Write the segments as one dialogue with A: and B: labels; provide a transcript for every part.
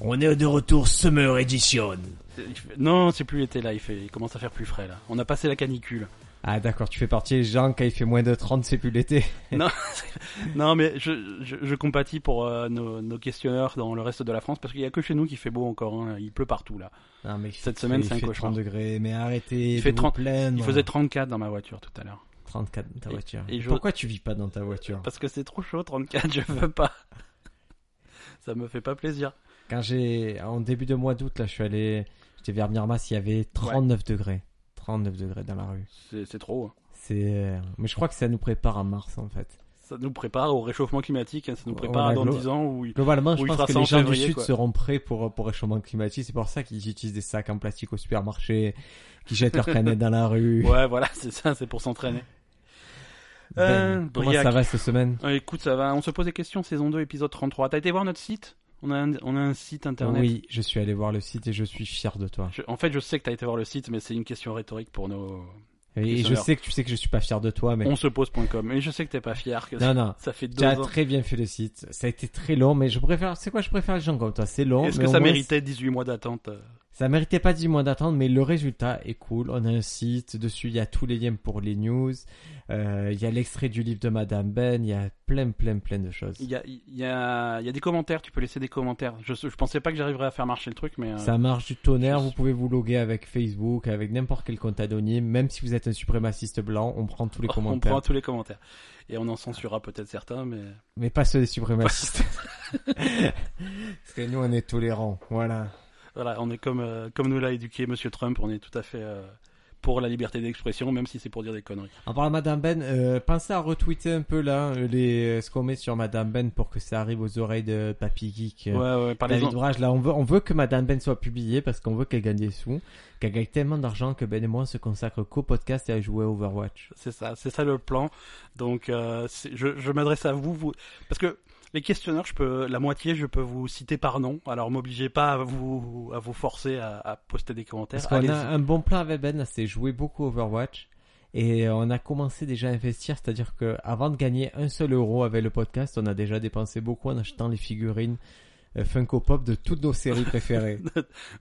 A: On est de retour Summer Edition.
B: Il fait- Non, c'est plus l'été là, il, fait... il commence à faire plus frais là. On a passé la canicule.
C: Ah d'accord, tu fais partie des gens quand il fait moins de 30, c'est plus l'été.
B: non, c'est- non, mais je, je, je compatis pour euh, nos, nos questionneurs dans le reste de la France parce qu'il y a que chez nous qui fait beau encore. hein. Il pleut partout là.
C: Non, mais
B: Cette semaine, c'est un
C: Il fait
B: cauchemar.
C: 30 degrés, mais arrêtez.
B: Il fait 30
C: Pleine,
B: Il faisait 34 dans ma voiture tout à l'heure.
C: 34 dans ta
B: Et-
C: voiture.
B: et je-
C: Pourquoi tu vis pas dans ta voiture
B: Parce que c'est trop chaud, 34, je veux pas. Ça me fait pas plaisir.
C: Quand j'ai en début de mois d'août là, je suis allé, j'étais vers Mirmas, il y avait 39 degrés, 39 degrés dans la rue.
B: C'est c'est trop. hein.
C: C'est, euh, mais je crois que ça nous prépare à mars en fait.
B: Ça nous prépare au réchauffement climatique, hein, ça nous
C: Oh,
B: prépare
C: la
B: dans
C: glo-
B: 10 ans où il-
C: Globalement, je
B: Oui, il
C: pense
B: fera
C: que
B: ça en
C: les gens
B: février,
C: du sud
B: quoi.
C: seront prêts pour pour réchauffement climatique. C'est pour ça qu'ils utilisent des sacs en plastique au supermarché, qui jettent leurs canettes dans la rue.
B: Ouais, voilà, c'est ça, c'est pour s'entraîner.
C: Ben,
B: Euh,
C: comment
B: Briac.
C: ça va cette semaine
B: Euh, écoute, ça va, on se pose des questions, saison 2, épisode 33. T'as été voir notre site on a, un, on a un site internet.
C: Oui, je suis allé voir le site et je suis fier de toi.
B: Je- en fait, je sais que t'as été voir le site, mais c'est une question rhétorique pour nos.
C: Et je
B: sonneurs.
C: sais que tu sais que je suis pas fier de toi, mais
B: On se pose.com. Et je sais que t'es pas fier. Que
C: non non.
B: Ça fait
C: Tu
B: deux
C: as
B: ans.
C: très bien fait le site. Ça a été très long, mais je préfère. C'est quoi Je préfère les gens comme toi. C'est long.
B: Est-ce
C: mais
B: que
C: au
B: ça
C: moins,
B: méritait 18 mois d'attente euh
C: Ça méritait pas 10 mois d'attente, mais le résultat est cool. On a un site, dessus il y a tous les liens pour les news, euh, il y a l'extrait du livre de Madame Ben, il y a plein, plein, plein de choses.
B: Il y a, il y, a, il y a des commentaires, tu peux laisser des commentaires. Je, je pensais pas que j'arriverais à faire marcher le truc, mais. euh,
C: Ça marche du tonnerre,
B: je-
C: vous pouvez vous loguer avec Facebook, avec n'importe quel compte anonyme, même si vous êtes un suprémaciste blanc, on prend tous les
B: on
C: commentaires.
B: prend tous les commentaires. Et on en censurera peut-être certains, mais.
C: Mais pas ceux des suprémacistes. Parce que nous on est tolérants, voilà.
B: Voilà, on est comme, euh, comme nous l'a éduqué Monsieur Trump, on est tout à fait euh, pour la liberté d'expression, même si c'est pour dire des conneries.
C: En parlant de Madame Ben, euh, pensez à retweeter un peu là euh, les, ce qu'on met sur Madame Ben pour que ça arrive aux oreilles de Papy Geek. euh,
B: ouais, ouais, par
C: David Orage, là, on veut, on veut que Madame Ben soit publiée parce qu'on veut qu'elle gagne des sous, qu'elle gagne tellement d'argent que Ben et moi on se consacre qu'au podcast et à jouer à Overwatch.
B: C'est ça, c'est ça le plan. Donc, euh, c'est- je, je m'adresse à vous, vous, parce que les questionneurs, je peux, la moitié, je peux vous citer par nom. Alors, m'obligez pas à vous, à vous forcer à, à poster des commentaires.
C: Parce qu'on a
B: Allez-y.
C: un bon plan avec Ben, là, c'est jouer beaucoup à Overwatch et euh, on a commencé déjà à investir, c'est-à-dire que avant de gagner un seul euro avec le podcast, on a déjà dépensé beaucoup en achetant les figurines euh, Funko Pop de toutes nos séries préférées.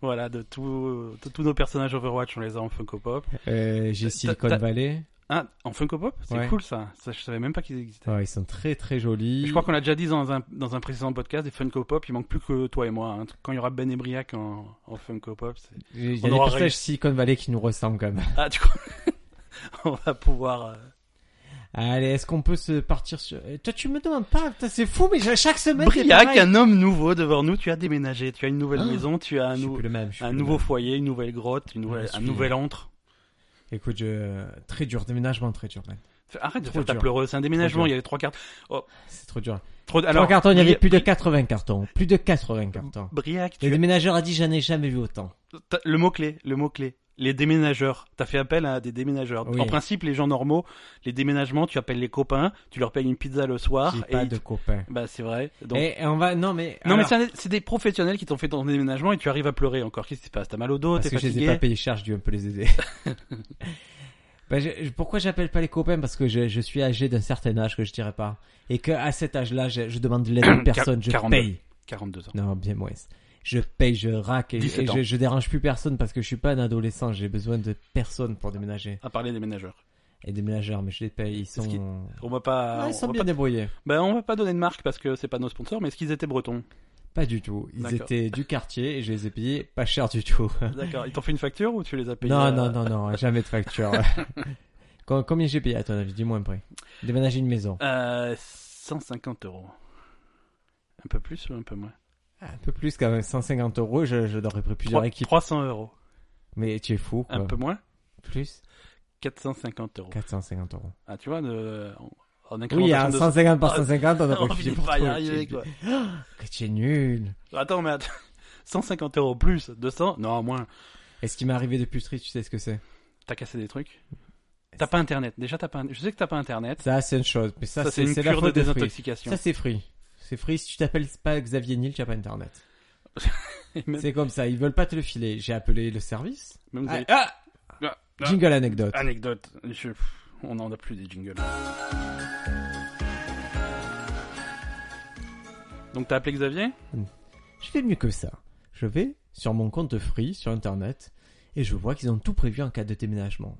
B: Voilà, de tout, de tous nos personnages Overwatch, on les a en Funko Pop.
C: Euh, J'ai Silicon
B: t'as-
C: Valley,
B: Ah, en Funko Pop C'est
C: Ouais.
B: cool ça. ça. Je savais même pas qu'ils existaient.
C: Ouais, ils sont très très
B: Mais
C: jolis.
B: Je crois qu'on l'a déjà dit dans un, dans un précédent podcast, des Funko Pop, il manque plus que toi et moi. hein. Quand il y aura Ben et Briac en, en Funko Pop, c'est...
C: Il y
B: on
C: a des
B: aura
C: personnages
B: réussi.
C: Silicon Valley qui nous ressemblent quand même.
B: Ah, du coup, on va pouvoir... euh,
C: Allez, est-ce qu'on peut se partir sur... Euh, Toi, tu me demandes pas, putain, c'est fou, mais j'ai- chaque semaine... c'est
B: Briac,
C: pareil.
B: un homme nouveau devant nous, tu as déménagé, tu as une nouvelle
C: Ah,
B: maison, tu as un,
C: Je suis
B: nou-
C: plus le même. je suis
B: un
C: plus le
B: nouveau
C: même.
B: foyer, une nouvelle grotte, une nouvelle-
C: Je
B: un
C: suis-
B: nouvel antre.
C: Écoute, je... euh, très dur, déménagement très dur. man.
B: Fais- Arrête de
C: Trop
B: faire ta
C: dur.
B: pleureuse, c'est un déménagement,
C: dur.
B: il y avait trois cartes.
C: C'est trop dur.
B: Trop...
C: Alors,
B: Alors,
C: cartons, il y
B: Bri-
C: avait plus de 80 cartons. Plus de 80 cartons.
B: Briac,
C: Le
B: tu...
C: déménageur a dit, j'en ai jamais vu autant.
B: t'as- le mot-clé, le mot-clé. Les déménageurs, t'as fait appel à des déménageurs.
C: Oui.
B: En principe, les gens normaux, les déménagements, tu appelles les copains, tu leur payes une pizza le soir.
C: J'ai
B: Ah, et
C: pas
B: ils-
C: de copains.
B: Bah c'est vrai. Donc,
C: Et on va... Non, mais...
B: Non
C: alors,
B: mais c'est un- c'est des professionnels qui t'ont fait ton déménagement et tu arrives à pleurer encore. Qu'est-ce qui se passe T'as mal au dos
C: Parce
B: T'es
C: que je les ai pas
B: fatigué
C: payés cher, je dû un peu les aider. Ben, je- je- pourquoi j'appelle pas les copains Parce que je, je suis âgé d'un certain âge que je dirais pas. Et que à cet âge-là, je, je demande de l'aide à personne, je
B: 42.
C: paye.
B: 42 ans.
C: Non, bien moins. Je paye, je raque et,
B: 17
C: et
B: ans.
C: je, je dérange plus personne parce que je suis pas un adolescent. J'ai besoin de personne pour déménager.
B: À parler des ménageurs.
C: Et des ménageurs, mais je les paye. Ils
B: Est-ce
C: sont,
B: qu'ils- On va pas.
C: Ah,
B: on
C: ils sont
B: va
C: bien
B: pas...
C: débrouillés.
B: Ben, on va pas donner de marque parce que c'est pas nos sponsors. Mais est-ce qu'ils étaient bretons
C: Pas du tout. Ils
B: D'accord.
C: étaient du quartier et je les ai payés pas cher du tout.
B: D'accord. Ils t'ont fait une facture ou tu les as payés
C: non,
B: euh,
C: non, non, non, jamais de facture. Com- Combien j'ai payé à ton avis Dis-moi un prix. Déménager une maison.
B: euh, 150 euros. Un peu plus ou un peu moins
C: Un peu plus quand même, 150 euros. Je, je leur ai pris plusieurs
B: Trois-
C: équipes.
B: 300 euros.
C: Mais tu es fou. Quoi.
B: Un peu moins
C: plus.
B: 450 euros.
C: 450 euros.
B: Ah tu vois de... en- en
C: Oui, à
B: incrémentation de-
C: 150 par
B: Ah,
C: 150, on
B: on
C: aurait pu
B: finit
C: pour
B: pas à y
C: toi.
B: arriver
C: Tu-
B: quoi.
C: Que tu es nul.
B: Attends mais attends. 150 euros plus 200 Non moins.
C: Et ce qui m'est arrivé de pucerie, tu sais ce que c'est
B: T'as cassé des trucs T'as pas internet. Déjà, t'as pas. Je sais que t'as pas internet.
C: Ça, c'est une chose. Mais ça,
B: Ça, c'est
C: c'est
B: une
C: c'est la
B: cure de
C: faute de Free.
B: désintoxication.
C: Ça, c'est Free. C'est Free. Si tu t'appelles pas Xavier Niel, tu n'as pas Internet.
B: Et même-
C: C'est comme ça. Ils veulent pas te le filer. J'ai appelé le service.
B: même vous
C: Ah,
B: avez-
C: ah
B: Ah, ah,
C: Jingle anecdote.
B: Anecdote. Je- pff, On en a plus des jingles. Donc t'as appelé Xavier
C: Je fais mieux que ça. je vais sur mon compte Free sur Internet et je vois qu'ils ont tout prévu en cas de déménagement.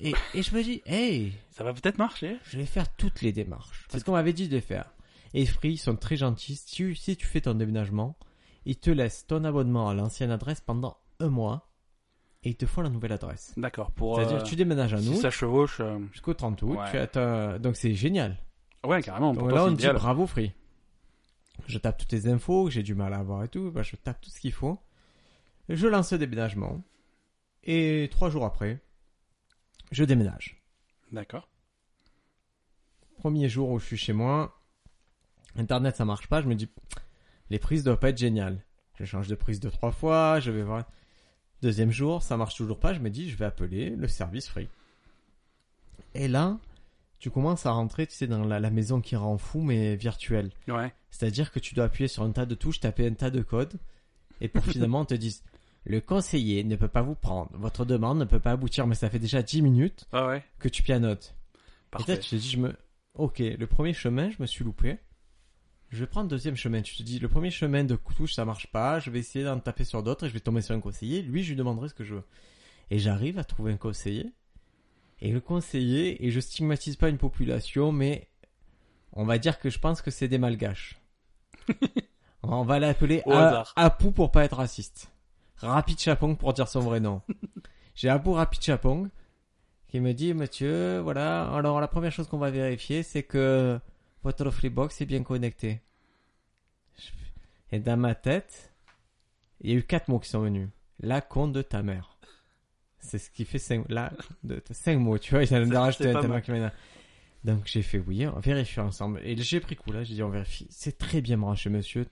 C: Et, et je me dis, hey,
B: Ça va peut-être marcher.
C: je vais faire toutes les démarches. Parce qu'on m'avait dit de les faire. Et Free ils sont très gentils. Si tu, si tu fais ton déménagement, ils te laissent ton abonnement à l'ancienne adresse pendant un mois et ils te font la nouvelle adresse.
B: D'accord. Pour
C: C'est-à-dire,
B: euh,
C: tu déménages à
B: si
C: nous
B: ça chevauche. euh,
C: jusqu'au 30 août.
B: Ouais.
C: Tu as ta- Donc c'est génial.
B: Ouais, carrément. Pour
C: Donc
B: toi,
C: là, on
B: c'est
C: dit
B: idéal.
C: bravo Free. Je tape toutes les infos que j'ai du mal à avoir et tout. bah, je tape tout ce qu'il faut. Je lance le déménagement. Et trois jours après, je déménage.
B: D'accord.
C: Premier jour où je suis chez moi, internet ça marche pas, je me dis les prises doivent pas être géniales. Je change de prise deux trois fois, je vais voir. Deuxième jour, ça marche toujours pas, je me dis je vais appeler le service free. Et là, tu commences à rentrer, tu sais, dans la, la maison qui rend fou mais virtuelle.
B: Ouais.
C: C'est-à-dire que tu dois appuyer sur un tas de touches, taper un tas de codes, et pour finalement on te dise le conseiller ne peut pas vous prendre, votre demande ne peut pas aboutir, mais ça fait déjà 10 minutes
B: Ah ouais.
C: que tu pianotes. Et
B: Parfait.
C: là, tu te dis, je me... Ok, le premier chemin, je me suis loupé. Je vais prendre le deuxième chemin. Tu te dis, le premier chemin de touche, ça marche pas. Je vais essayer d'en taper sur d'autres et je vais tomber sur un conseiller. Lui, je lui demanderai ce que je veux. Et j'arrive à trouver un conseiller. Et le conseiller, et je stigmatise pas une population, mais on va dire que je pense que c'est des malgaches. on va l'appeler
B: Au
C: A-
B: hasard.
C: Apu pour pas être raciste. Rapid Chapong pour dire son vrai nom. J'ai Apu Rapid Chapong qui me dit Monsieur, voilà, alors la première chose qu'on va vérifier, c'est que votre Freebox est bien connecté. Je- Et dans ma tête, il y a eu quatre mots qui sont venus. La con de ta mère. C'est ce qui fait cinq, la, de, cinq mots, tu vois, il y en a
B: C'est-
C: de rajouter
B: c'est
C: un
B: pas
C: tellement
B: mal.
C: qu'il y en a. Donc j'ai fait oui, on vérifie ensemble. Et j'ai pris coup là, j'ai dit on vérifie. C'est très bien branché, monsieur.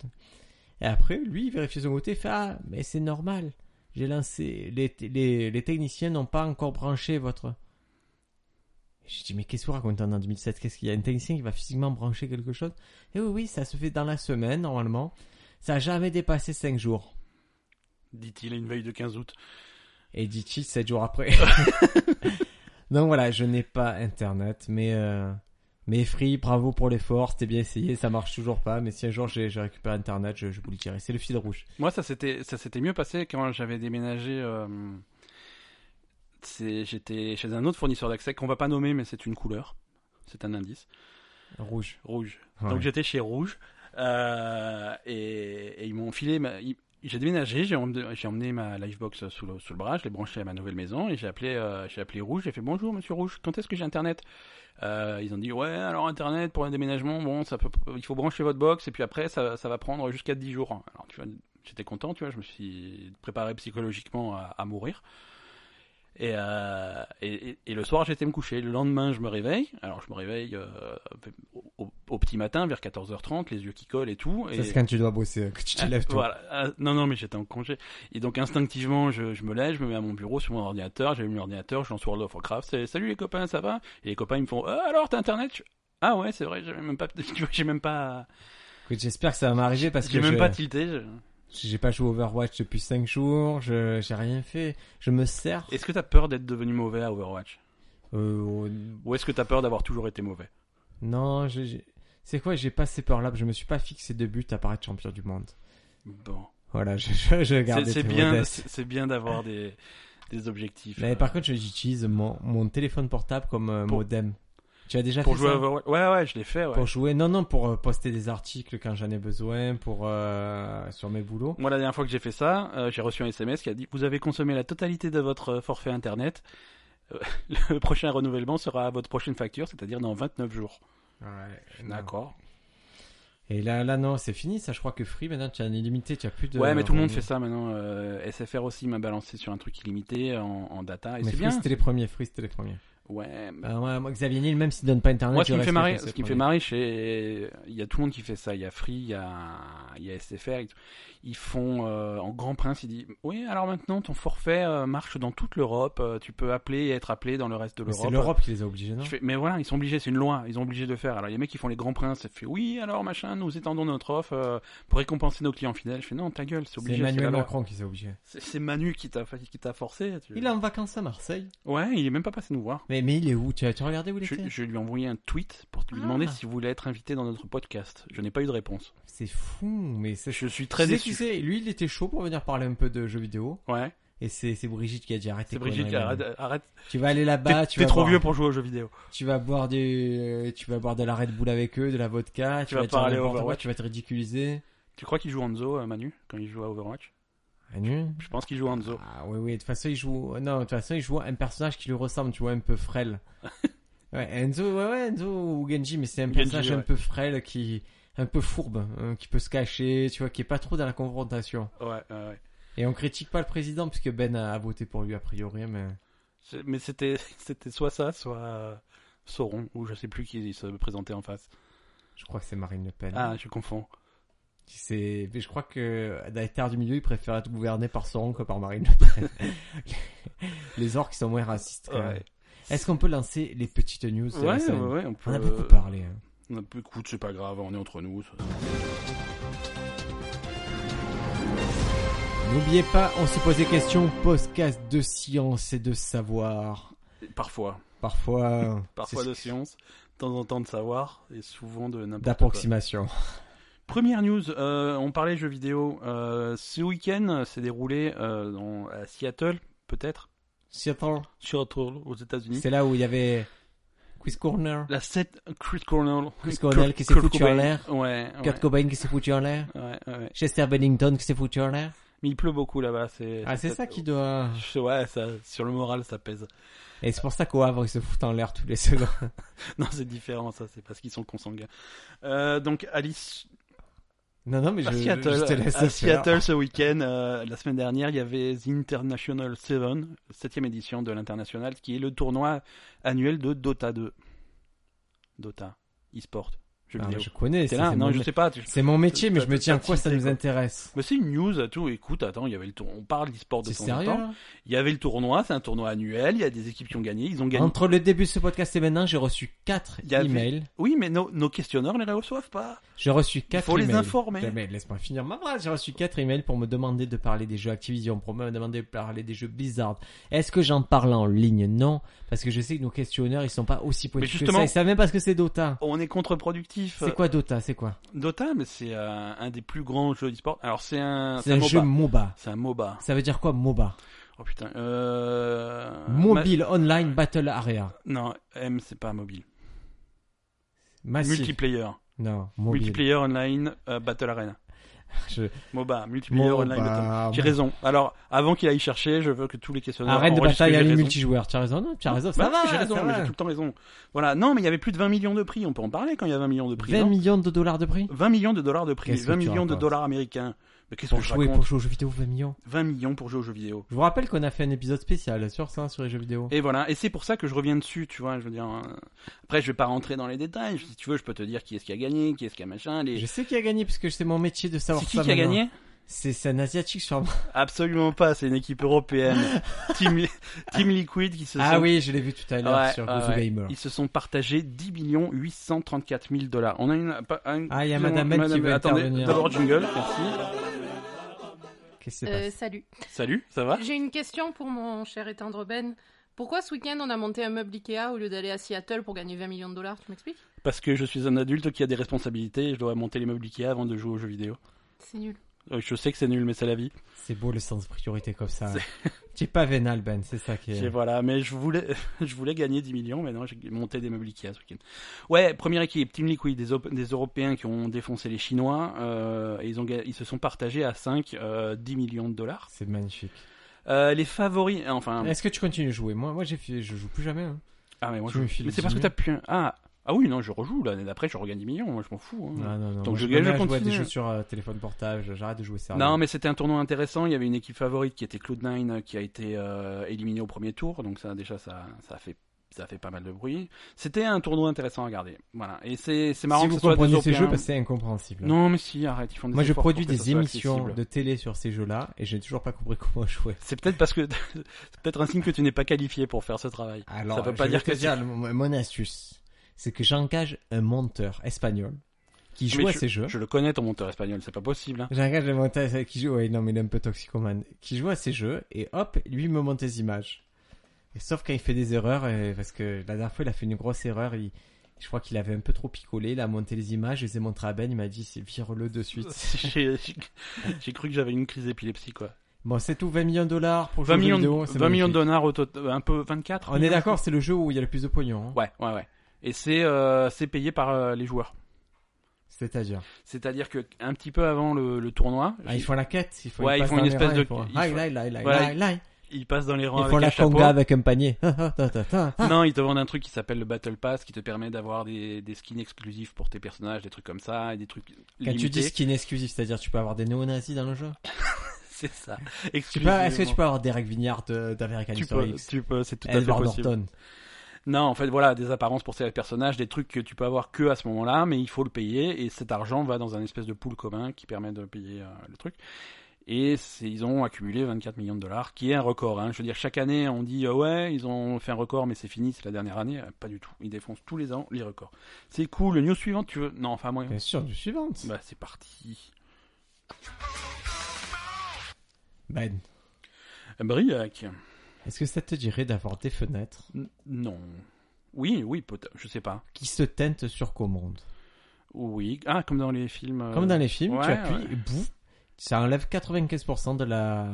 C: Et après, lui, il vérifie son côté, il fait ah, mais c'est normal. J'ai lancé, les, les, les techniciens n'ont pas encore branché votre. J'ai dit, mais qu'est-ce que vous racontez en 2007 Qu'est-ce qu'il y a un technicien qui va physiquement brancher quelque chose Et oui, oui, ça se fait dans la semaine, normalement. Ça n'a jamais dépassé 5 jours.
B: Dit-il une veille de 15 août.
C: Et dit-il 7 jours après. Donc voilà, je n'ai pas Internet, mais... euh, Mais Free, bravo pour l'effort, c'était bien essayé, ça marche toujours pas, mais si un jour j'ai j'ai récupéré Internet, je, je vous le dirai. C'est le fil rouge.
B: Moi, ça s'était, ça s'était mieux passé quand j'avais déménagé. euh, c'est, j'étais chez un autre fournisseur d'accès qu'on va pas nommer, mais c'est une couleur. C'est un indice.
C: Rouge.
B: Rouge.
C: Ouais.
B: Donc j'étais chez Rouge euh, et, et ils m'ont filé. ma- ils- j'ai déménagé, j'ai emmené, j'ai emmené ma Livebox sous le, sous le bras, je l'ai branchée à ma nouvelle maison et j'ai appelé, euh, j'ai appelé Rouge. J'ai fait bonjour Monsieur Rouge, quand est-ce que j'ai internet Euh, Ils ont dit ouais alors internet pour un déménagement, bon ça peut, il faut brancher votre box et puis après ça, ça va prendre jusqu'à 10 jours. Alors tu vois, j'étais content, tu vois, je me suis préparé psychologiquement à, à mourir. Et, euh, et, et- et le soir, j'étais me coucher. Le lendemain, je me réveille. Alors, je me réveille euh, au, au- au petit matin, vers 14h30, les yeux qui collent et tout.
C: Ça
B: Et,
C: c'est quand tu dois bosser, que tu te lèves toi.
B: voilà. Ah, Non, non, mais j'étais en congé. Et donc, instinctivement, je, je me lève, je me mets à mon bureau sur mon ordinateur, j'allume l'ordinateur, je lance World of Warcraft. c'est, Salut les copains, ça va Et les copains, ils me font Ah, alors, t'as internet Je- Ah ouais, c'est vrai, j'avais même pas. Tu vois, j'ai même pas.
C: Écoute, J'espère que ça va m'arriver parce
B: J'ai
C: que
B: même
C: je-
B: pas tilté. je-
C: j'ai pas joué Overwatch depuis 5 jours, je j'ai rien fait, je me sers.
B: Est-ce que t'as peur d'être devenu mauvais à Overwatch
C: Euh,
B: Ou est-ce que t'as peur d'avoir toujours été mauvais
C: non, je- je- c'est quoi J'ai pas ces peurs-là, je me suis pas fixé de but à part être champion du monde.
B: Bon.
C: Voilà, je, je, je garde
B: C'est-
C: des
B: C'est
C: trucs
B: bien,
C: modestes.
B: c'est c'est bien d'avoir des, des objectifs.
C: Mais
B: euh,
C: par contre, je- j'utilise mon, mon téléphone portable comme euh,
B: Pour-
C: modem. Tu as déjà
B: pour
C: fait
B: jouer à
C: ça
B: Overwatch. Ouais, ouais, je l'ai fait. ouais.
C: Pour jouer Non, non, pour euh, poster des articles quand j'en ai besoin, pour euh, sur mes boulots.
B: Moi, la dernière fois que j'ai fait ça, euh, j'ai reçu un SMS qui a dit Vous avez consommé la totalité de votre euh, forfait internet. Euh, Le prochain renouvellement sera à votre prochaine facture, c'est-à-dire dans 29 jours. D'accord.
C: Et là, là, non, c'est fini. Ça, je crois que Free maintenant, tu as un illimité, tu as plus de.
B: Ouais, mais tout le monde fait ça maintenant. euh, SFR aussi m'a balancé sur un truc illimité en, en data. Et
C: Mais
B: c'est
C: Free,
B: bien.
C: c'était les premiers. Free, c'était les premiers.
B: Ouais, bah,
C: Bah, moi, moi, Xavier Niel, même s'il donne pas internet,
B: Moi, ce
C: je
B: qui me fait
C: respecte
B: marrer,
C: ses
B: ce qui me fait
C: premiers.
B: marrer, chez, il y a tout le monde qui fait ça. Il y a Free, il y a, il y a SFR. ils- Ils font, euh, en grand prince, ils disent, oui, alors maintenant, ton forfait euh, marche dans toute l'Europe. euh, tu peux appeler et être appelé dans le reste de
C: Mais
B: l'Europe.
C: c'est l'Europe qui les a obligés, non
B: Je fais, mais voilà, ils sont obligés, c'est une loi, ils sont obligés de le faire. Alors, il y a des mecs qui font les grands princes, ça fait, oui, alors, machin, nous étendons notre offre euh, pour récompenser nos clients fidèles. Je fais, non, ta gueule, c'est
C: C'est
B: obligé. c'est la
C: Emmanuel
B: loi.
C: Macron qui les a obligés.
B: C'est c'est Manu qui t'a qui t'a forcé. tu-
C: Il est en vacances à Marseille.
B: Ouais, il est même pas passé nous voir.
C: Mais Mais, mais il est où tu as, tu as regardé où il
B: Je,
C: était
B: je lui ai envoyé un tweet pour lui
C: Ah.
B: demander s'il voulait être invité dans notre podcast. Je n'ai pas eu de réponse.
C: C'est fou, mais c'est...
B: Je suis très
C: Tu sais qui
B: déçu.
C: c'est Lui, il était chaud pour venir parler un peu de jeux vidéo.
B: Ouais,
C: Et c'est c'est Brigitte qui a dit arrête.
B: c'est
C: tes
B: Brigitte.
C: conneries,
B: Arrête,
C: maintenant.
B: arrête.
C: Tu vas aller
B: T'es
C: là-bas, Bah, tu
B: t'es
C: vas
B: trop
C: boire-
B: vieux pour jouer aux jeux vidéo.
C: Tu vas boire des, tu vas boire de la Red Bull avec eux, de la vodka.
B: Tu vas
C: dire
B: parler
C: n'importe quoi,
B: Overwatch.
C: Tu vas te ridiculiser.
B: Tu crois qu'il joue Hanzo, euh, Manu, quand il joue à Overwatch
C: Ah, non.
B: Je pense qu'il joue Hanzo.
C: Ah oui, oui, de toute façon, il joue, non, de toute façon, il joue un personnage qui lui ressemble, tu vois, un peu frêle. ouais, Enzo, ouais, ouais, Enzo ou Genji, mais c'est un
B: Genji,
C: personnage un
B: ouais.
C: peu frêle qui, un peu fourbe, hein, qui peut se cacher, tu vois, qui est pas trop dans la confrontation.
B: Ouais, ouais, ouais.
C: Et on critique pas le président puisque Ben a, a voté pour lui a priori, hein, mais.
B: C'est- Mais c'était, c'était soit ça, soit euh, Sauron, ou je sais plus qui se présentait en face.
C: Je crois que c'est Marine Le Pen.
B: Ah, je confonds.
C: Qui s'est- mais je crois que dans les terres du milieu, il préfère être gouverné par Sauron que par Marine Le Pen. les orques sont moins racistes. quand même.
B: Ouais,
C: Est-ce qu'on peut lancer les petites news de
B: ouais,
C: la
B: ouais,
C: semaine
B: ouais, Euh. on peut.
C: On a beaucoup parlé. hein.
B: on a peu- Écoute, c'est pas grave, on est entre nous. ça.
C: N'oubliez pas, on se pose des questions, podcast de science et de savoir.
B: Parfois.
C: Parfois,
B: Parfois
C: c'est-
B: de science, de temps en temps de savoir, et souvent de n'importe quoi.
C: d'approximation.
B: Première news, euh, on parlait jeux vidéo. Euh, ce week-end euh, s'est déroulé euh, dans- à Seattle, peut-être,
C: Seattle,
B: Seattle aux États-Unis.
C: c'est là où il y avait Quiz Corner,
B: La 7 Chris Cornell.
C: Chris Cornell qui s'est
B: Kurt
C: foutu en
B: Cobain.
C: l'air.
B: Ouais, ouais,
C: Kurt Cobain qui s'est foutu en l'air,
B: ouais, ouais.
C: Chester Bennington qui s'est foutu en l'air.
B: Mais il pleut beaucoup là-bas. C'est,
C: Ah, c'est ça qui doit.
B: Je- Ouais, ça, sur le moral, ça pèse.
C: Et c'est pour ça qu'au Havre, ils se foutent en l'air tous les secondes.
B: Non, c'est différent, ça, c'est parce qu'ils sont consanguins. Euh, donc, Alice,
C: Non, non, mais je,
B: à
C: je
B: Seattle,
C: te laisse.
B: à
C: faire.
B: Seattle ce week-end, euh, la semaine dernière, il y avait The International 7, 7 édition de l'International, qui est le tournoi annuel de Dota 2. Dota, e-sport, jeux
C: Ah, mais
B: vidéo.
C: je connais.
B: T'es
C: C'est
B: là
C: c'est
B: Non,
C: mon...
B: je sais pas. tu-
C: c'est mon métier, mais je me
B: T'as-
C: tiens à
B: t'as
C: quoi ça
B: tilté,
C: nous
B: quoi.
C: intéresse.
B: Mais c'est une news à tout. Écoute, attends, il y avait le tour... on parle d'e-sport de
C: C'est
B: temps
C: sérieux
B: en temps.
C: là
B: Il y avait le tournoi, c'est un tournoi annuel, il y a des équipes qui ont gagné, ils ont gagné.
C: Entre le début de ce podcast et maintenant, j'ai reçu 4
B: Il y avait-
C: emails.
B: Oui, mais nos, nos questionneurs les reçoivent pas.
C: J'ai reçu 4
B: faut les hein.
C: emails.
B: informer.
C: Putain, mais laisse-moi finir ma phrase. J'ai reçu 4 emails pour me demander de parler des jeux Activision, pour me demander de parler des jeux Blizzard. Est-ce que j'en parle en ligne Non, parce que je sais que nos questionneurs, ils sont pas aussi pointus que
B: justement- Euh,
C: ça. Ils savent même pas ce que c'est Dota.
B: On est contre-productif.
C: C'est quoi Dota C'est quoi
B: Dota, mais c'est euh, un des plus grands jeux d'e-sport. Alors c'est un,
C: C'est un jeu
B: MOBA.
C: MOBA.
B: C'est un MOBA.
C: Ça veut dire quoi MOBA
B: Oh putain. Euh...
C: Mobile Online Battle Area.
B: ma- Non, M c'est pas mobile.
C: Massive.
B: Multiplayer.
C: Non, Ah, mobile.
B: Multiplayer online euh, Battle Arena.
C: Je-
B: MOBA, multiplayer
C: Bon,
B: online. Battle-
C: bah,
B: J'ai raison. Alors, avant qu'il aille chercher, je veux que tous les questionneurs
C: Arrête de
B: enregistrent
C: bataille
B: que
C: à
B: j'ai raison.
C: multijoueur. Tu as raison, non Tu as raison. Ça
B: Bah,
C: va,
B: j'ai raison,
C: ça
B: mais
C: va.
B: j'ai tout le temps raison. Voilà, non, mais il y avait plus de 20 millions de prix, on peut en parler quand il y a 20 millions de prix.
C: 20
B: non
C: millions de dollars de prix
B: 20 millions de dollars de prix,
C: Qu'est-ce que
B: 20
C: tu
B: millions de
C: racontes
B: dollars américains. Mais qu'est-ce
C: pour
B: que je
C: jouer,
B: raconte
C: pour jouer aux jeux vidéo, 20 millions.
B: 20 millions pour jouer aux jeux vidéo.
C: Je vous rappelle qu'on a fait un épisode spécial sur ça, sur les jeux vidéo.
B: Et voilà, et c'est pour ça que je reviens dessus, tu vois, je veux dire. euh, Après, je vais pas rentrer dans les détails, si tu veux, je peux te dire qui est-ce qui a gagné, qui est-ce qui a machin, les...
C: Je sais qui a gagné, puisque c'est mon métier de savoir
B: C'est qui
C: ça
B: qui a
C: maintenant.
B: gagné
C: C'est c'est un asiatique sur
B: Absolument pas, c'est une équipe européenne. Team, Team Liquid qui se
C: Ah
B: sont...
C: oui, je l'ai vu tout à l'heure
B: Ouais,
C: sur
B: ouais,
C: The
B: ouais.
C: Gamer.
B: Ils se sont partagés 10 834 000 dollars. On a une... pas- un-
C: Ah, il y a
B: excusez-moi,
C: Madame Bell qui veut
B: attendez,
C: intervenir.
B: D'abord jingle, merci.
C: Qu'est-ce qui s'est
D: Euh,
C: passé
D: salut.
B: Salut, ça va
D: J'ai une question pour mon cher et tendre Ben. Pourquoi ce week-end on a monté un meuble Ikea au lieu d'aller à Seattle pour gagner 20 millions de dollars Tu m'expliques
B: Parce que je suis un adulte qui a des responsabilités et je dois monter les meubles Ikea avant de jouer aux jeux vidéo.
D: C'est nul.
B: Euh, Je sais que c'est nul, mais c'est la vie.
C: C'est beau le sens de priorité comme ça. Tu es pas vénal, Ben, c'est ça qui
B: Et
C: est.
B: voilà, mais je voulais, je voulais gagner 10 millions, mais non, j'ai monté des meubles Ikea ce week-end. Ouais, première équipe, Team Liquid, des, op- des Européens qui ont défoncé les Chinois, euh, et ils, ont, ga- ils se sont partagés à 5, 10 millions de dollars.
C: C'est magnifique.
B: Euh, les favoris, euh, enfin,
C: Est-ce que tu continues de jouer Moi, moi j'ai fait- je joue plus jamais. hein.
B: ah mais moi
C: tu
B: je-
C: me files
B: mais c'est parce que
C: 10
B: t'as pu un, ah, ah oui, non, je rejoue, l'année d'après, je regagne 10 millions, moi je m'en fous. hein.
C: Ah, Non, non, non.
B: Donc
C: moi,
B: je
C: je
B: gagne,
C: me mets
B: je
C: à jouer à des
B: continue.
C: jeux sur euh, téléphone portable, je- j'arrête de jouer sérieux.
B: Non, mais c'était un tournoi intéressant. Il y avait une équipe favorite qui était Cloud9 euh, qui a été euh, éliminée au premier tour. Donc ça, déjà, ça, ça a fait ça a fait pas mal de bruit. C'était un tournoi intéressant à regarder. Voilà. Et c'est c'est marrant
C: si
B: que
C: vous
B: ce soit des
C: comprenez ces
B: Européens.
C: jeux, bah, c'est incompréhensible.
B: Non, mais si, arrête, ils font des
C: Moi, je
B: efforts pour
C: produis
B: que ça
C: des
B: soit
C: émissions
B: accessible.
C: de télé sur ces jeux-là et j'ai toujours pas compris comment jouer.
B: C'est peut-être parce que c'est peut-être un signe que tu n'es pas qualifié pour faire ce travail.
C: Alors,
B: ça veut pas
C: je
B: dire
C: vais te
B: que
C: dire, le- mon, mon astuce, c'est que j'engage un monteur espagnol qui joue
B: Ah, Mais
C: à
B: je,
C: ces jeux.
B: Je le connais ton monteur espagnol, c'est pas possible. hein.
C: J'engage un monteur espagnol qui joue, ouais, non, mais il est un peu toxicomane, qui joue à ces jeux et hop, lui il me monte les images. Et sauf quand il fait des erreurs, euh, parce que la dernière fois, il a fait une grosse erreur. Il, je crois qu'il avait un peu trop picolé. Il a monté les images, je les ai montrées à Ben. Il m'a dit, c'est vire-le de suite.
B: J'ai j'ai cru que j'avais une crise d'épilepsie, quoi.
C: Bon, c'est tout, 20 millions de dollars pour
B: 20
C: jouer
B: millions,
C: aux jeux vidéo,
B: de-
C: c'est
B: 20 millions de
C: magnifique.
B: dollars au total, un peu 24.
C: On est d'accord, c'est le jeu où il y a le plus de pognon. hein.
B: Ouais, ouais, ouais. Et c'est euh, c'est payé par euh, les joueurs.
C: C'est-à-dire.
B: C'est-à-dire que un petit peu avant le, le tournoi,
C: Ah, ils font la quête. Ils font
B: Ouais,
C: ils
B: ils
C: passent
B: font une
C: dans les
B: espèce
C: rangs,
B: de-
C: ils font-
B: ils
C: Ah,
B: font-
C: là, là, là,
B: Voilà,
C: là, là.
B: ils passent dans les rangs
C: Ils
B: avec
C: font
B: un
C: la
B: chapeau.
C: conga avec un panier. Ah, ah, ta, ta, ta, ah.
B: Non, ils te vendent un truc qui s'appelle le Battle Pass, qui te permet d'avoir des, des skins exclusifs pour tes personnages, des trucs comme ça, et des trucs
C: Quand tu dis
B: limités.
C: skin exclusif, c'est-à-dire tu peux avoir des néo-nazis dans le jeu.
B: c'est ça.
C: Tu peux- Est-ce que tu
B: Exclusivement.
C: peux avoir Derek Vignard de- d'American
B: Tu
C: History
B: peux,
C: X
B: tu peux, c'est tout à fait
C: Edward
B: possible.
C: Norton.
B: Non, en fait, voilà, des apparences pour ces personnages, des trucs que tu peux avoir que à ce moment-là, mais il faut le payer, et cet argent va dans un espèce de pool commun qui permet de payer euh, le truc. Et c'est- ils ont accumulé 24 millions de dollars, qui est un record. Hein. Je veux dire, chaque année, on dit euh, ouais, ils ont fait un record, mais c'est fini, c'est la dernière année. Euh, Pas du tout. Ils défoncent tous les ans les records. C'est cool. News suivante, tu veux Non, enfin moi.
C: Bien sûr, du suivant.
B: Bah c'est parti.
C: Ben,
B: Briac.
C: est-ce que ça te dirait d'avoir des fenêtres
B: N- non. Oui, oui, peut-être. Je sais pas.
C: qui se teintent sur commande
B: Oui. Ah, comme dans les films. euh,
C: Comme dans les films, tu
B: ouais,
C: appuies,
B: ouais.
C: et bouf, ça enlève 95% de la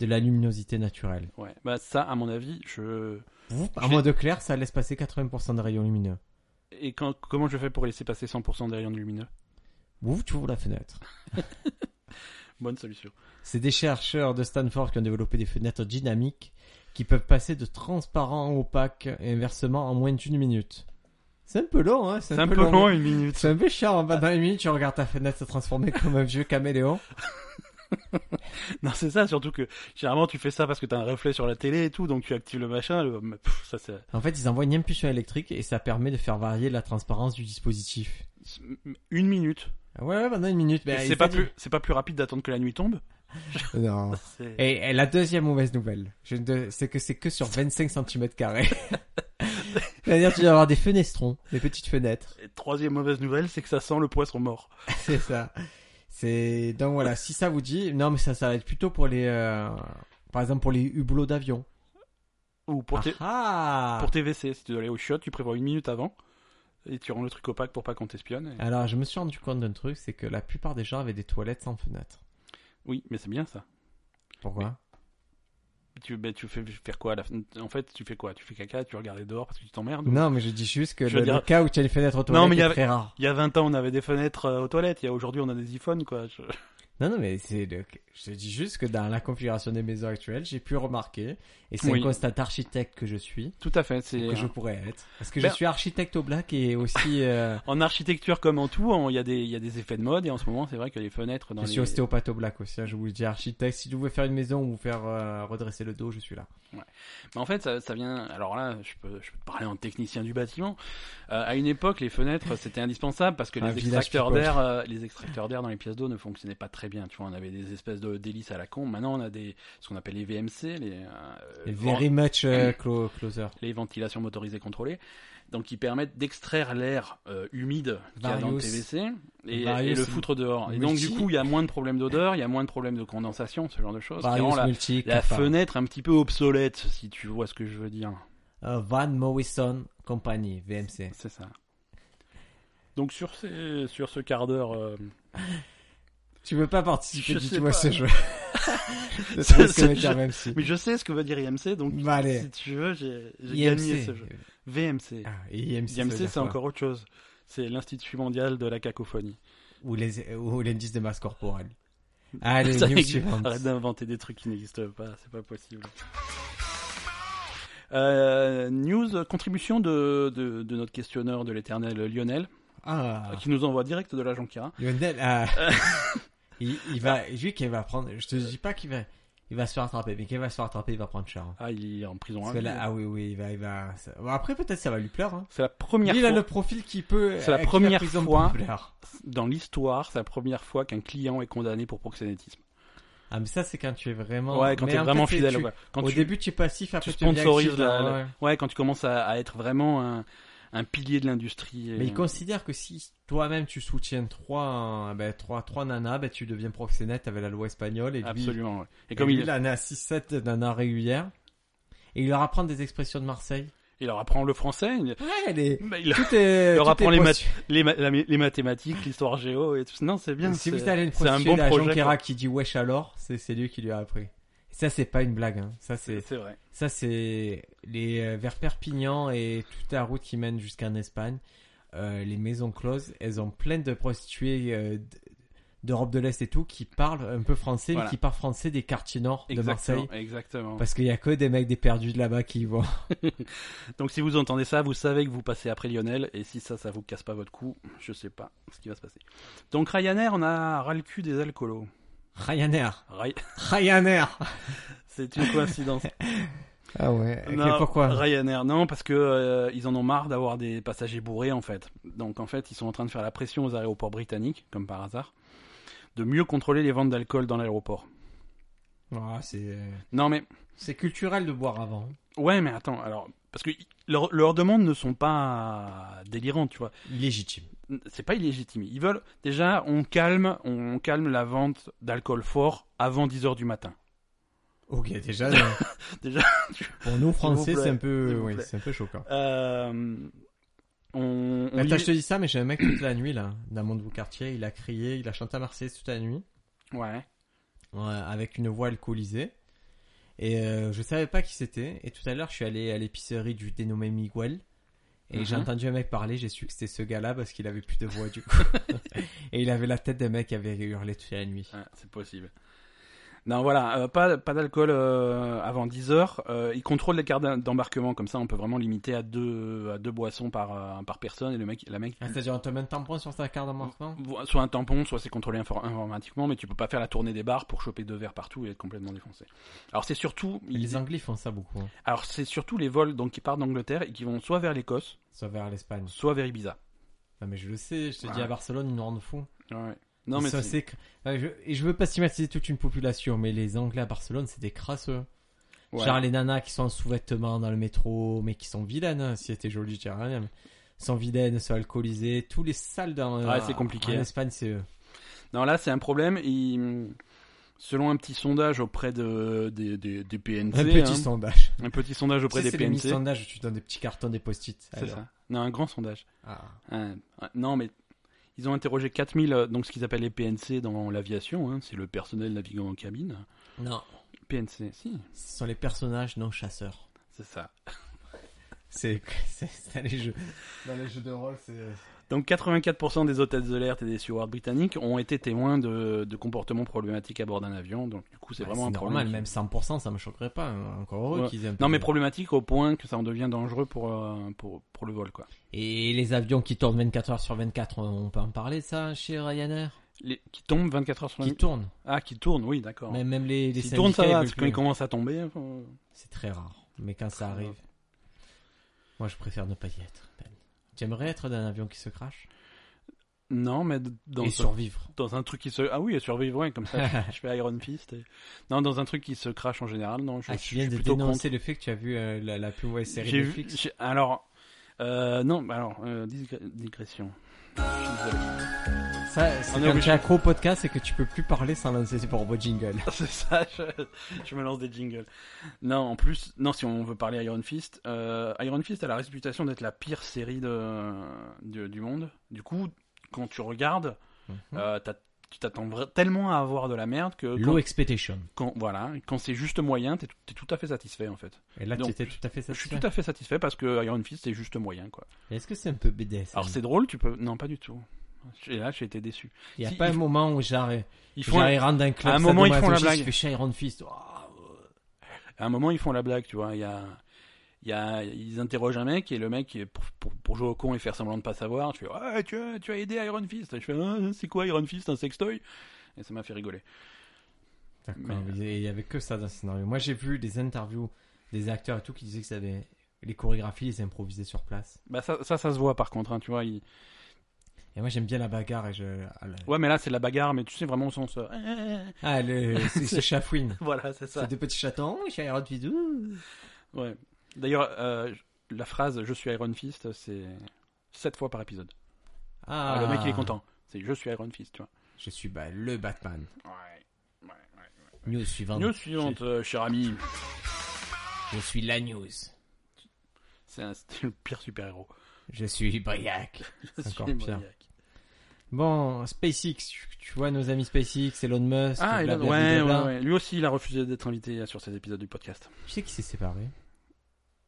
C: de la luminosité naturelle.
B: Ouais. Bah ça, à mon avis, je.
C: Bouf,
B: Je
C: en
B: vais-
C: mode clair, ça laisse passer 80% de rayons lumineux.
B: Et quand, comment je fais pour laisser passer 100% des rayons lumineux
C: Bouf, tu ouvres la fenêtre.
B: Bonne solution.
C: C'est des chercheurs de Stanford qui ont développé des fenêtres dynamiques qui peuvent passer de transparent à opaque et inversement en moins d'une minute. C'est un peu long, hein
B: C'est un peu long, une minute.
C: C'est un peu chiant, en bas dans les minutes, tu regardes ta fenêtre se transformer comme un vieux caméléon.
B: Non, c'est ça, surtout que généralement tu fais ça parce que t'as un reflet sur la télé et tout, donc tu actives le machin. le- mais, pff, ça, c'est...
C: En fait, ils envoient une impulsion électrique et ça permet de faire varier la transparence du dispositif.
B: c'est- Une minute.
C: Ah Ouais, ouais, pendant une minute.
B: Et
C: ben,
B: c'est,
C: ils
B: pas
C: ont dit-
B: plus, c'est pas plus rapide d'attendre que la nuit tombe
C: Non.
B: C'est-
C: Et, et la deuxième mauvaise nouvelle, je ne- c'est que c'est que sur 25 cm carrés. C'est-à-dire tu vas avoir des fenestrons, des petites fenêtres.
B: Et troisième mauvaise nouvelle, c'est que ça sent le poisson mort.
C: C'est ça. C'est donc voilà, si ça vous dit, non mais ça ça va être plutôt pour les, euh, par exemple pour les hublots d'avion.
B: Ou pour tes,
C: Ah, ah
B: pour tes WC, si tu dois aller au chiottes, tu prévois une minute avant et tu rends le truc opaque pour pas qu'on t'espionne. et-
C: Alors je me suis rendu compte d'un truc, c'est que la plupart des gens avaient des toilettes sans fenêtre.
B: Oui, mais c'est bien ça.
C: Pourquoi
B: Tu, ben, tu fais faire quoi à la fin En fait, tu fais quoi Tu fais caca, tu regardes dehors parce que tu t'emmerdes
C: Non, mais je dis juste que
B: Je
C: le,
B: veux dire-
C: le cas où tu as les fenêtres aux
B: Non,
C: toilettes
B: mais il y
C: est
B: avait-
C: très rare.
B: Il y a 20 ans, on avait des fenêtres euh, aux toilettes. Il y a aujourd'hui, on a des iPhones, quoi. Je-
C: Non, non, mais c'est le- je te dis juste que dans la configuration des maisons actuelles, j'ai pu remarquer, et c'est
B: Oui.
C: un constat d'architecte que je suis,
B: Tout à fait. C'est euh,
C: que je pourrais être, parce que
B: Ben-
C: je suis architecte au black et aussi, euh,
B: en architecture comme en tout, on- il y a des il y a des effets de mode et en ce moment, c'est vrai que les fenêtres dans
C: je suis
B: les
C: ostéopathe au black aussi, hein, je vous le dis, architecte, si vous voulez faire une maison ou vous faire euh, redresser le dos, je suis là.
B: Mais en fait, ça, ça vient. Alors là, je peux je peux te parler en technicien du bâtiment. Euh, à une époque, les fenêtres c'était indispensable parce que
C: Un
B: les
C: village
B: extracteurs
C: people.
B: d'air euh, les extracteurs d'air dans les pièces d'eau ne fonctionnaient pas très bien. Tu vois, on avait des espèces de délices à la con. Maintenant, on a des ce qu'on appelle les VMC, les euh,
C: Et
B: vent-
C: very much euh, clo- closer.
B: les ventilations motorisées contrôlées, donc qui permettent d'extraire l'air euh, humide qu'il y a dans le
C: Various.
B: TVC et,
C: Various
B: et le foutre dehors. Et donc
C: multi.
B: du coup, il y a moins de problèmes d'odeur, il y a moins de problèmes de condensation, ce genre de choses. qui
C: Various
B: rend la,
C: multi,
B: la
C: kappa.
B: fenêtre un petit peu obsolète, si tu vois ce que je veux dire.
C: Euh, Van Morrison Company, VMC.
B: C'est ça. Donc sur, ces, sur ce quart d'heure, euh,
C: Tu veux pas participer
B: Je
C: du
B: sais
C: tout
B: pas.
C: à ce jeu. C'est
B: Ça,
C: ce que
B: c'est-
C: veut dire VMC.
B: mais je sais ce que veut dire IMC, donc
C: Bah, allez.
B: si tu veux, j'ai j'ai gagné
C: IMC.
B: ce jeu. VMC.
C: Ah, et IMC, ça veut
B: IMC,
C: dire
B: c'est
C: quoi
B: encore autre chose. C'est l'Institut mondial de la cacophonie.
C: ou les ou l'indice de masse corporelle. Allez,
B: Ça
C: news
B: existe.
C: suivante.
B: Arrête d'inventer des trucs qui n'existent pas, c'est pas possible. Euh, news, euh, contribution de, de, de notre questionneur de l'éternel Lionel,
C: Ah,
B: euh, qui nous envoie direct de la Jonquera.
C: Lionel, ah. il, il va, lui qui va prendre. Je te dis pas qu'il va, il va se faire attraper, mais qu'il va se faire attraper, il va prendre cher. hein.
B: Ah, il est en prison. à
C: Parce que
B: vie.
C: là, ah oui, oui, il va, il va. ça- bon, après, peut-être ça va lui plaire. Hein.
B: C'est la
C: Lui,
B: première
C: il a
B: fois
C: le profil qui peut.
B: C'est la
C: à qui
B: première
C: prison peut
B: fois.
C: lui plaire.
B: dans l'histoire, c'est la première fois qu'un client est condamné pour proxénétisme.
C: Ah, mais ça, c'est quand tu es vraiment.
B: ouais, quand
C: Oh, mais
B: t'es
C: en fait,
B: vraiment
C: c'est-
B: fidèle.
C: tu-
B: ouais. Quand
C: Au
B: tu,
C: début, tu es passif, après
B: tu
C: tu deviens
B: sponsorises
C: actif,
B: la-
C: ouais,
B: la-
C: ouais.
B: ouais, quand tu commences à, à être vraiment un, un pilier de l'industrie. euh, et-
C: Mais il considère que si toi-même tu soutiens trois, euh, ben, trois, trois nanas, ben, tu deviens proxénète avec la loi espagnole et lui,
B: Absolument. ouais. Et
C: Et
B: comme
C: lui,
B: il,
C: il en a 6-7 nanas régulières. et il leur apprend des expressions de Marseille.
B: Il leur apprend le français, il,
C: Ouais, les...
B: bah, il-
C: tout est.
B: Il leur
C: tout
B: apprend
C: est
B: les
C: possu-
B: les, ma- la- les mathématiques, l'histoire géo et tout. ça. Non, c'est bien.
C: Si
B: c'est-
C: vous allez à une
B: c'est un
C: prostituée,
B: bon
C: la
B: projet,
C: Jonquera
B: quoi.
C: qui dit wesh alors, c'est c'est lui qui lui a appris. Ça c'est pas une blague, hein. ça c'est
B: c'est vrai.
C: ça c'est les euh, vers Perpignan et toute la route qui mène jusqu'en Espagne. euh, les maisons closes, elles ont plein de prostituées euh, d- d'Europe de l'Est et tout qui parlent un peu français,
B: Voilà.
C: mais qui parlent français des quartiers nord de
B: Exactement,
C: Marseille.
B: Exactement.
C: Parce qu'il y a que des mecs des perdus de là-bas qui y vont.
B: Donc si vous entendez ça, vous savez que vous passez après Lionel, et si ça, ça vous casse pas votre cou, je sais pas ce qui va se passer. Donc Ryanair, on a ras le cul des alcoolos.
C: Ryanair,
B: Ry-
C: Ryanair.
B: C'est une coïncidence.
C: Ah ouais.
B: Non,
C: mais pourquoi
B: Ryanair, non, parce que euh, ils en ont marre d'avoir des passagers bourrés en fait. Donc en fait, ils sont en train de faire la pression aux aéroports britanniques, comme par hasard, de mieux contrôler les ventes d'alcool dans l'aéroport.
C: Ah, C'est
B: Non mais
C: c'est culturel de boire avant.
B: Ouais, mais attends, alors, parce que i- leur- leurs demandes ne sont pas délirantes, tu vois.
C: Légitime.
B: N- C'est pas illégitime. Ils veulent, déjà, on calme, on calme la vente d'alcool fort avant 10 heures du matin.
C: Ok, déjà. euh,
B: Déjà,
C: Pour nous
B: S'il
C: Français,
B: vous plaît.
C: c'est un peu,
B: S'il vous
C: oui,
B: plaît.
C: c'est un peu choquant.
B: Euh, on, on
C: Attends,
B: lit-
C: je te dis ça, mais j'ai un mec toute la nuit là, dans mon nouveau quartier. Il a crié, il a chanté à Marseillaise toute la nuit,
B: Ouais.
C: euh, avec une voix alcoolisée. Et euh, je savais pas qui c'était. Et tout à l'heure, je suis allé à l'épicerie du dénommé Miguel. Et
B: Mhm.
C: j'ai entendu un mec parler, j'ai su que c'était ce gars-là parce qu'il avait plus de voix du coup. et il avait la tête d'un mec qui avait hurlé toute la nuit.
B: Ouais, c'est possible. Non, voilà, euh, pas, pas d'alcool euh, avant 10 heures. Euh, ils contrôlent l'écart d'em- d'embarquement, comme ça, on peut vraiment limiter à deux, à deux boissons par, euh, par personne, et le mec, la mec,
C: Ah, C'est-à-dire, on te met un tampon sur ta carte d'embarquement
B: Soit un tampon, soit c'est contrôlé infor- informatiquement, mais tu peux pas faire la tournée des bars pour choper deux verres partout et être complètement défoncé. Alors c'est surtout,
C: Les
B: ils-
C: Anglais font ça beaucoup. hein.
B: alors c'est surtout les vols donc qui partent d'Angleterre et qui vont soit vers l'Écosse,
C: Soit vers l'Espagne.
B: soit vers Ibiza.
C: Non, mais je le sais, je te dis
B: Ouais.
C: à Barcelone, ils nous rendent fous.
B: Ouais. Non mais
C: ça,
B: c'est-
C: c'est... cr- Ouais, je... Et je veux pas stigmatiser toute une population, mais les Anglais à Barcelone, c'est des crasseux.
B: ouais.
C: Genre les nanas qui sont en sous-vêtements dans le métro, mais qui sont vilaines. hein. Si c'était joli, je dirais rien. Mais... Sont vilaines, sont alcoolisées. Tous les sales dans.
B: Ouais, c'est compliqué. hein.
C: En Espagne, c'est euh, eux.
B: Non là c'est un problème. Ils- Selon un petit sondage auprès de des, des, des PNC,
C: Un petit
B: hein.
C: sondage.
B: un petit sondage auprès
C: Tu sais,
B: des
C: c'est les
B: PNC,
C: mini-sondages, tu donnes des petits cartons, des post-it.
B: c'est
C: Alors.
B: ça. Non un grand sondage.
C: Ah.
B: Un- un- non, mais ils ont interrogé 4000, euh, donc ce qu'ils appellent les PNC dans l'aviation, hein, c'est le personnel navigant en cabine.
C: Non,
B: PNC, si,
C: ce sont les personnages non chasseurs.
B: c'est ça.
C: C'est, c'est... c'est les jeux. Dans les jeux de rôle, c'est.
B: Donc 84% des hôtesses de l'air et des stewards britanniques ont été témoins de, de comportements problématiques à bord d'un avion, donc du coup c'est
C: Ouais,
B: vraiment un problème.
C: normal, même 100%, ça me choquerait pas. hein. Encore heureux
B: Ouais.
C: qu'ils aient un peu
B: Non, mais
C: de-
B: problématique au point que ça en devient dangereux pour, euh, pour, pour le vol, quoi.
C: Et les avions qui tournent 24 heures sur 24, on on peut en parler ça chez Ryanair
B: Les, qui tombent 24 heures sur la
C: Qui
B: nuit.
C: tournent
B: Ah, qui tournent, oui, d'accord.
C: Même, même les, les
B: Qui tournent, ça
C: syndicats,
B: va,
C: ils
B: parce que quand
C: veulent
B: ils
C: plus.
B: commencent à tomber. euh,
C: C'est très rare, mais quand ça
B: Très
C: arrive, moi je préfère ne pas y être. Ben. J'aimerais être dans un avion qui se crache
B: Non, mais d- dans
C: et
B: ce-
C: survivre.
B: dans un truc qui se ah oui et survivre ouais, comme ça je, je fais Iron Fist et- non dans un truc qui se crache en général non je,
C: ah,
B: je
C: tu
B: suis
C: viens de
B: plutôt contre
C: dénoncer le fait que tu as vu euh, la, la plus mauvaise série
B: J'ai vu-
C: Netflix.
B: j'ai- alors euh, non bah alors euh, digre- digression Je suis désolé.
C: Ça, c'est
B: On est
C: quand
B: obligé.
C: tu es accro au podcast et que tu peux plus parler sans lancer ses propres jingles.
B: c'est ça je, je me lance des jingles non en plus non si on veut parler Iron Fist euh, Iron Fist a la réputation d'être la pire série de, de- du monde du coup quand tu regardes
C: Mmh.
B: euh, t'as- tu t'attends vra- tellement à avoir de la merde que
C: Mhm. Low
B: quand,
C: Expectation.
B: quand- voilà quand c'est juste moyen t'es t'es tout à fait satisfait en fait
C: Et là,
B: Donc,
C: tu étais tout à fait
B: Je suis
C: satisfait.
B: tout à fait satisfait parce que Iron Fist est juste moyen quoi.
C: Est-ce que c'est un peu BDS
B: Alors c'est drôle, tu peux non pas du tout. Et là j'ai été déçu.
C: Il n'y a
B: si-
C: pas
B: il-
C: un moment où j'arrive.
B: Ils
C: Ils
B: font à
C: rentrent d'un club.
B: à un moment, ils font la
C: sadomasochiste,
B: blague.
C: Je fais chez Iron Fist. Oh,
B: un moment ils font la blague, tu vois, il y a il y a ils interrogent un mec et le mec pour, pour, pour jouer au con et faire semblant de pas savoir, tu fais "Ouais, tu as, tu as aidé Iron Fist." Et je fais Ah, "C'est quoi Iron Fist un sextoy Et ça m'a fait rigoler.
C: D'accord. Il y- il y avait que ça dans le scénario. Moi, j'ai vu des interviews des acteurs et tout qui disaient que ça avait les chorégraphies, ils improvisaient sur place.
B: Bah ça ça, ça se voit par contre, hein, tu vois, il-
C: Et moi, j'aime bien la bagarre et je. ah, le-
B: Ouais, mais là c'est de la bagarre, mais tu sais vraiment au sens euh,
C: Ah, le... c'est c'est chafouine.
B: voilà, c'est ça.
C: C'est des petits chatons. Oui, Chez Iron Fist. ouh.
B: Ouais. D'ailleurs euh, la phrase "Je suis Iron Fist", c'est sept fois par épisode.
C: Ah,
B: Ah, le mec il est content. C'est je suis Iron Fist, tu vois.
C: Je suis bah, le Batman.
B: Ouais.
C: News suivante.
B: News suivante, euh, cher ami.
C: Je suis Lanus.
B: C'est un- c'était le pire super-héros.
C: Je suis Briac.
B: Je suis
C: Encore pire.
B: maniaque.
C: Bon, SpaceX, tu, tu vois nos amis SpaceX, Elon Musk.
B: Ah, il a-
C: blablabla,
B: ouais, ouais,
C: blablabla.
B: ouais. Lui aussi, il a refusé d'être invité euh, sur ces épisodes du podcast.
C: Tu sais qui s'est séparé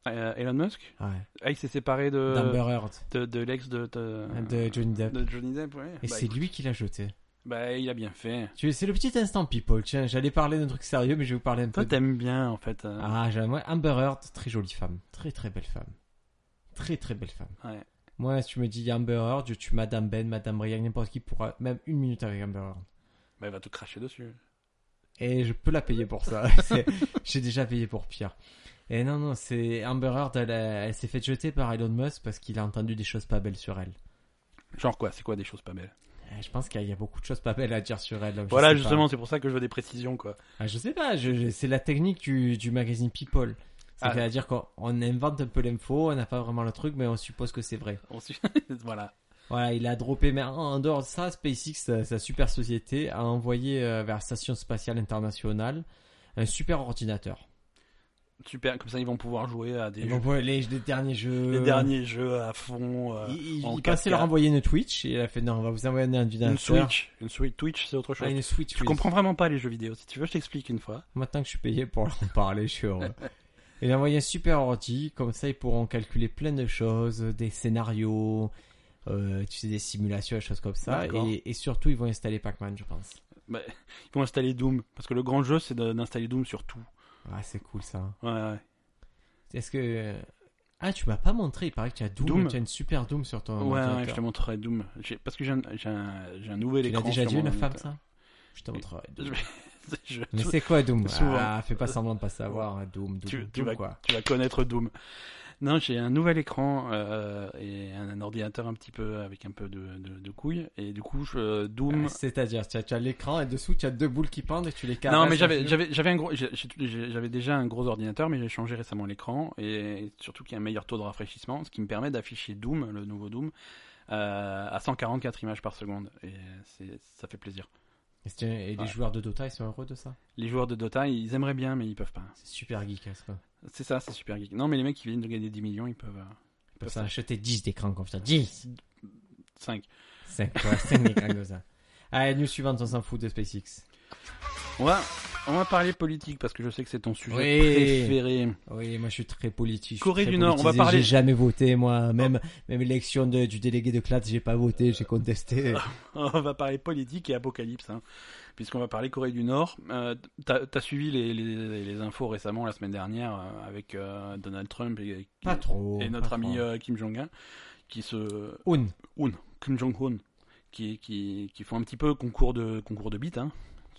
B: Euh, Elon Musk
C: Ouais.
B: Ah, il s'est séparé de,
C: D'Amber Heard,
B: de, de l'ex de, de,
C: de Johnny Depp.
B: Euh, de Johnny Depp, ouais.
C: Et
B: Bah,
C: c'est
B: écoute,
C: lui qui l'a jeté.
B: Bah, il a bien fait.
C: Tu c'est le petit instant people. Tiens, j'allais parler d'un truc sérieux, mais je vais vous parler un peu.
B: Toi,
C: de-
B: t'aimes bien, en fait. euh,
C: Ah, j'aime ouais, Amber Heard, très jolie femme, très très belle femme, très très belle femme.
B: ouais.
C: Moi, si tu me dis Amber Heard, je tue Madame Ben, Madame Brian, n'importe qui pourra même une minute avec Amber Heard.
B: Bah, il va te cracher dessus.
C: Et je peux la payer pour ça. C'est- J'ai déjà payé pour pire. Et non, non, c'est Amber Heard, elle, a- elle s'est fait jeter par Elon Musk parce qu'il a entendu des choses pas belles sur elle.
B: Genre quoi C'est quoi des choses pas belles
C: Euh, Je pense qu'il y a beaucoup de choses pas belles à dire sur elle. hein, je
B: Voilà,
C: sais pas.
B: justement, c'est pour ça que je veux des précisions, quoi.
C: Ah, je sais pas, je- je- c'est la technique du, du magazine People.
B: Ah.
C: C'est-à-dire qu'on on invente un peu l'info, on n'a pas vraiment le truc, mais on suppose que c'est vrai.
B: On suit- voilà.
C: Voilà, il a droppé, mais en- en dehors de ça, SpaceX, sa, sa super société, a envoyé euh, vers la Station Spatiale Internationale un super ordinateur.
B: Super, comme ça, ils vont pouvoir jouer à des
C: Ils
B: jeux-
C: vont euh, voir les, les derniers jeux.
B: les derniers jeux à fond. euh,
C: Ils, ils
B: en
C: pensaient
B: 4K.
C: leur envoyer une Twitch, et il a fait non, on va vous envoyer un ordinateur.
B: Une Switch. Une Switch, Twitch, c'est autre chose.
C: Ah, une Switch.
B: Tu
C: oui.
B: comprends vraiment pas les jeux vidéo. Si tu veux, je t'explique une fois.
C: Maintenant que je suis payé pour leur en parler, je suis heureux. Il a envoyé un super ordi, comme ça ils pourront calculer plein de choses, des scénarios, euh, tu sais, des simulations, des choses comme ça.
B: D'accord.
C: Et, et surtout, ils vont installer Pac-Man, je pense.
B: Bah, ils vont installer Doom. Parce que le grand jeu, c'est de- d'installer Doom sur tout.
C: Ah, c'est cool ça.
B: Ouais, ouais.
C: Est-ce que. Ah, tu m'as pas montré, il paraît que tu as Doom,
B: Doom.
C: tu as une super Doom sur ton.
B: Ouais, ouais,
C: ordinateur.
B: je te montrerai Doom. J'ai- Parce que j'ai un, j'ai un, j'ai un nouvel
C: Tu l'as
B: écran.
C: déjà
B: sur
C: dit
B: mon
C: une femme,
B: ordinateur.
C: ça Je te montrerai. Doom.
B: Je-
C: Mais
B: tu,
C: c'est quoi Doom
B: Souvent.
C: Ah, fais pas semblant de pas savoir, hein, Doom, Doom,
B: Tu-
C: Doom,
B: tu vas-
C: quoi.
B: tu vas connaître Doom. Non, j'ai un nouvel écran euh, et un, un ordinateur un petit peu avec un peu de, de, de couilles. Et du coup, je- euh, Doom.
C: Ah, C'est-à-dire, tu as, tu as l'écran et dessous, tu as deux boules qui pendent et tu les caresses.
B: non, mais j'avais
C: tu-
B: j'avais j'avais un gros j'ai- j'ai- j'avais déjà un gros ordinateur, mais j'ai changé récemment l'écran et surtout qu'il y a un meilleur taux de rafraîchissement, ce qui me permet d'afficher Doom, le nouveau Doom, euh, à 144 images par seconde. Et c'est ça fait plaisir.
C: Et, c'est- et les
B: Ouais.
C: joueurs de Dota, ils sont heureux de ça.
B: Les joueurs de Dota, ils aimeraient bien, mais ils peuvent pas.
C: C'est super geek, hein, ça.
B: C'est ça, c'est super geek. Non, mais les mecs qui viennent de gagner 10 millions, ils peuvent. euh,
C: Ils peuvent s'acheter 10 d'écran comme ça. 10
B: 5.
C: 5, ouais, 5 d'écran comme ça. Allez, news suivante, on s'en fout de SpaceX.
B: On va, on va parler politique parce que je sais que c'est ton sujet
C: Oui.
B: préféré.
C: Oui, moi je suis très politique. je suis
B: Corée
C: très
B: du Nord, on va
C: politisé,
B: parler-
C: J'ai jamais voté, moi. Même, même l'élection de- du délégué de classe, j'ai pas voté, j'ai contesté.
B: On va parler politique et apocalypse, hein, puisqu'on va parler Corée du Nord. Euh, T'as as suivi les, les, les infos récemment la semaine dernière euh, avec euh, Donald Trump et,
C: Pas trop.
B: et notre
C: pas
B: ami
C: trop.
B: euh, Kim Jong Un, qui se
C: Oun.
B: Kim Jong Un, qui, qui qui font un petit peu concours de concours de bite. Hein.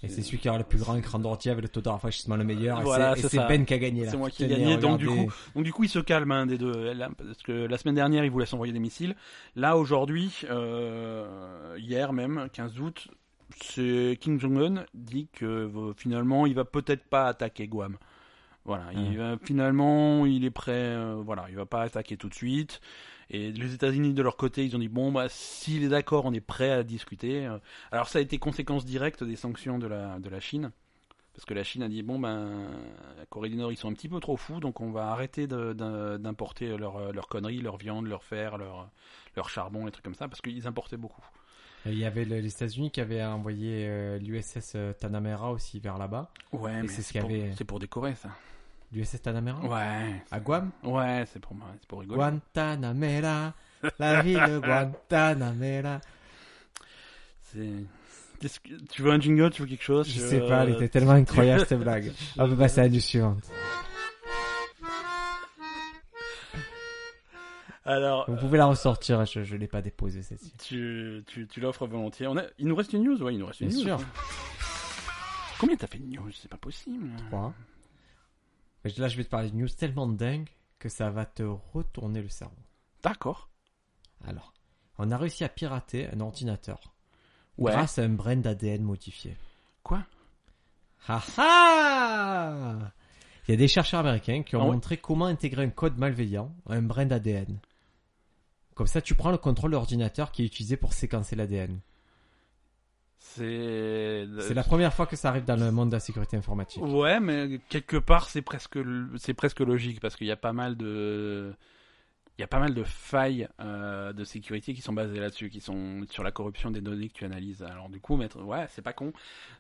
C: Et c'est celui qui aura le plus grand écran d'ordi avec le taux de rafraîchissement le meilleur. et
B: Voilà,
C: c'est- et
B: c'est
C: c'est
B: ça.
C: Ben qui a gagné là.
B: C'est moi qui ai
C: Tenez,
B: gagné, donc du
C: regardez.
B: coup, Donc du coup, il se calme un des deux. Là, parce que la semaine dernière, il voulait s'envoyer des missiles. Là, aujourd'hui, euh, hier même, 15 août, c'est Kim Jong-un dit que euh, finalement, il va peut-être pas attaquer Guam. Voilà, il va, finalement, il est prêt. euh, voilà, il va pas attaquer tout de suite. Et les États-Unis, de leur côté, ils ont dit bon, bah, s'il est d'accord, on est prêt à discuter. Euh, Alors, ça a été conséquence directe des sanctions de la de la Chine, parce que la Chine a dit bon, ben, la Corée du Nord, ils sont un petit peu trop fous, donc on va arrêter de- d'im- d'importer leurs euh, leurs conneries, leur viande, leur fer, leur leur charbon, les trucs comme ça, parce qu'ils importaient beaucoup.
C: Et Il y avait le- les États-Unis qui avaient envoyé euh, l'USS euh, Tanamera aussi vers là-bas.
B: Ouais,
C: Et
B: mais
C: c'est ce
B: c'est
C: qu'il y
B: pour,
C: avait-
B: c'est pour décorer ça.
C: L'USS Tanamera
B: Ouais,
C: À Guam
B: ouais, c'est pour moi, c'est pour rigoler.
C: Guantanamera, la ville de Guantanamera.
B: C'est. Qu'est-ce que- Tu veux un jingle, tu veux quelque chose
C: Je
B: tu
C: sais
B: veux-
C: pas, elle était tellement incroyable cette blague. On peut passer à la news suivante.
B: Alors, Euh,
C: Vous pouvez la ressortir, je, je l'ai pas déposée celle-ci.
B: tu, tu, tu l'offres volontiers. On a... Il nous reste une news, ouais, il nous reste une
C: Bien
B: news.
C: sûr.
B: Combien t'as fait de news C'est pas possible.
C: Trois. Mais Là, je vais te parler de news tellement dingue que ça va te retourner le cerveau.
B: D'accord.
C: Alors, on a réussi à pirater un ordinateur
B: Ouais.
C: grâce à un brand d'ADN modifié.
B: Quoi
C: Ha ha Il y a des chercheurs américains qui ont
B: Ah ouais
C: montré comment intégrer un code malveillant à un brin d'ADN. Comme ça, tu prends le contrôle de l'ordinateur qui est utilisé pour séquencer l'ADN.
B: C'est
C: C'est la première fois que ça arrive dans le monde de la sécurité informatique.
B: Ouais, mais quelque part, c'est presque, c'est presque logique parce qu'il y a pas mal de, il y a pas mal de failles euh, de sécurité qui sont basées là-dessus, qui sont sur la corruption des données que tu analyses. Alors du coup, maître, ouais, c'est pas con,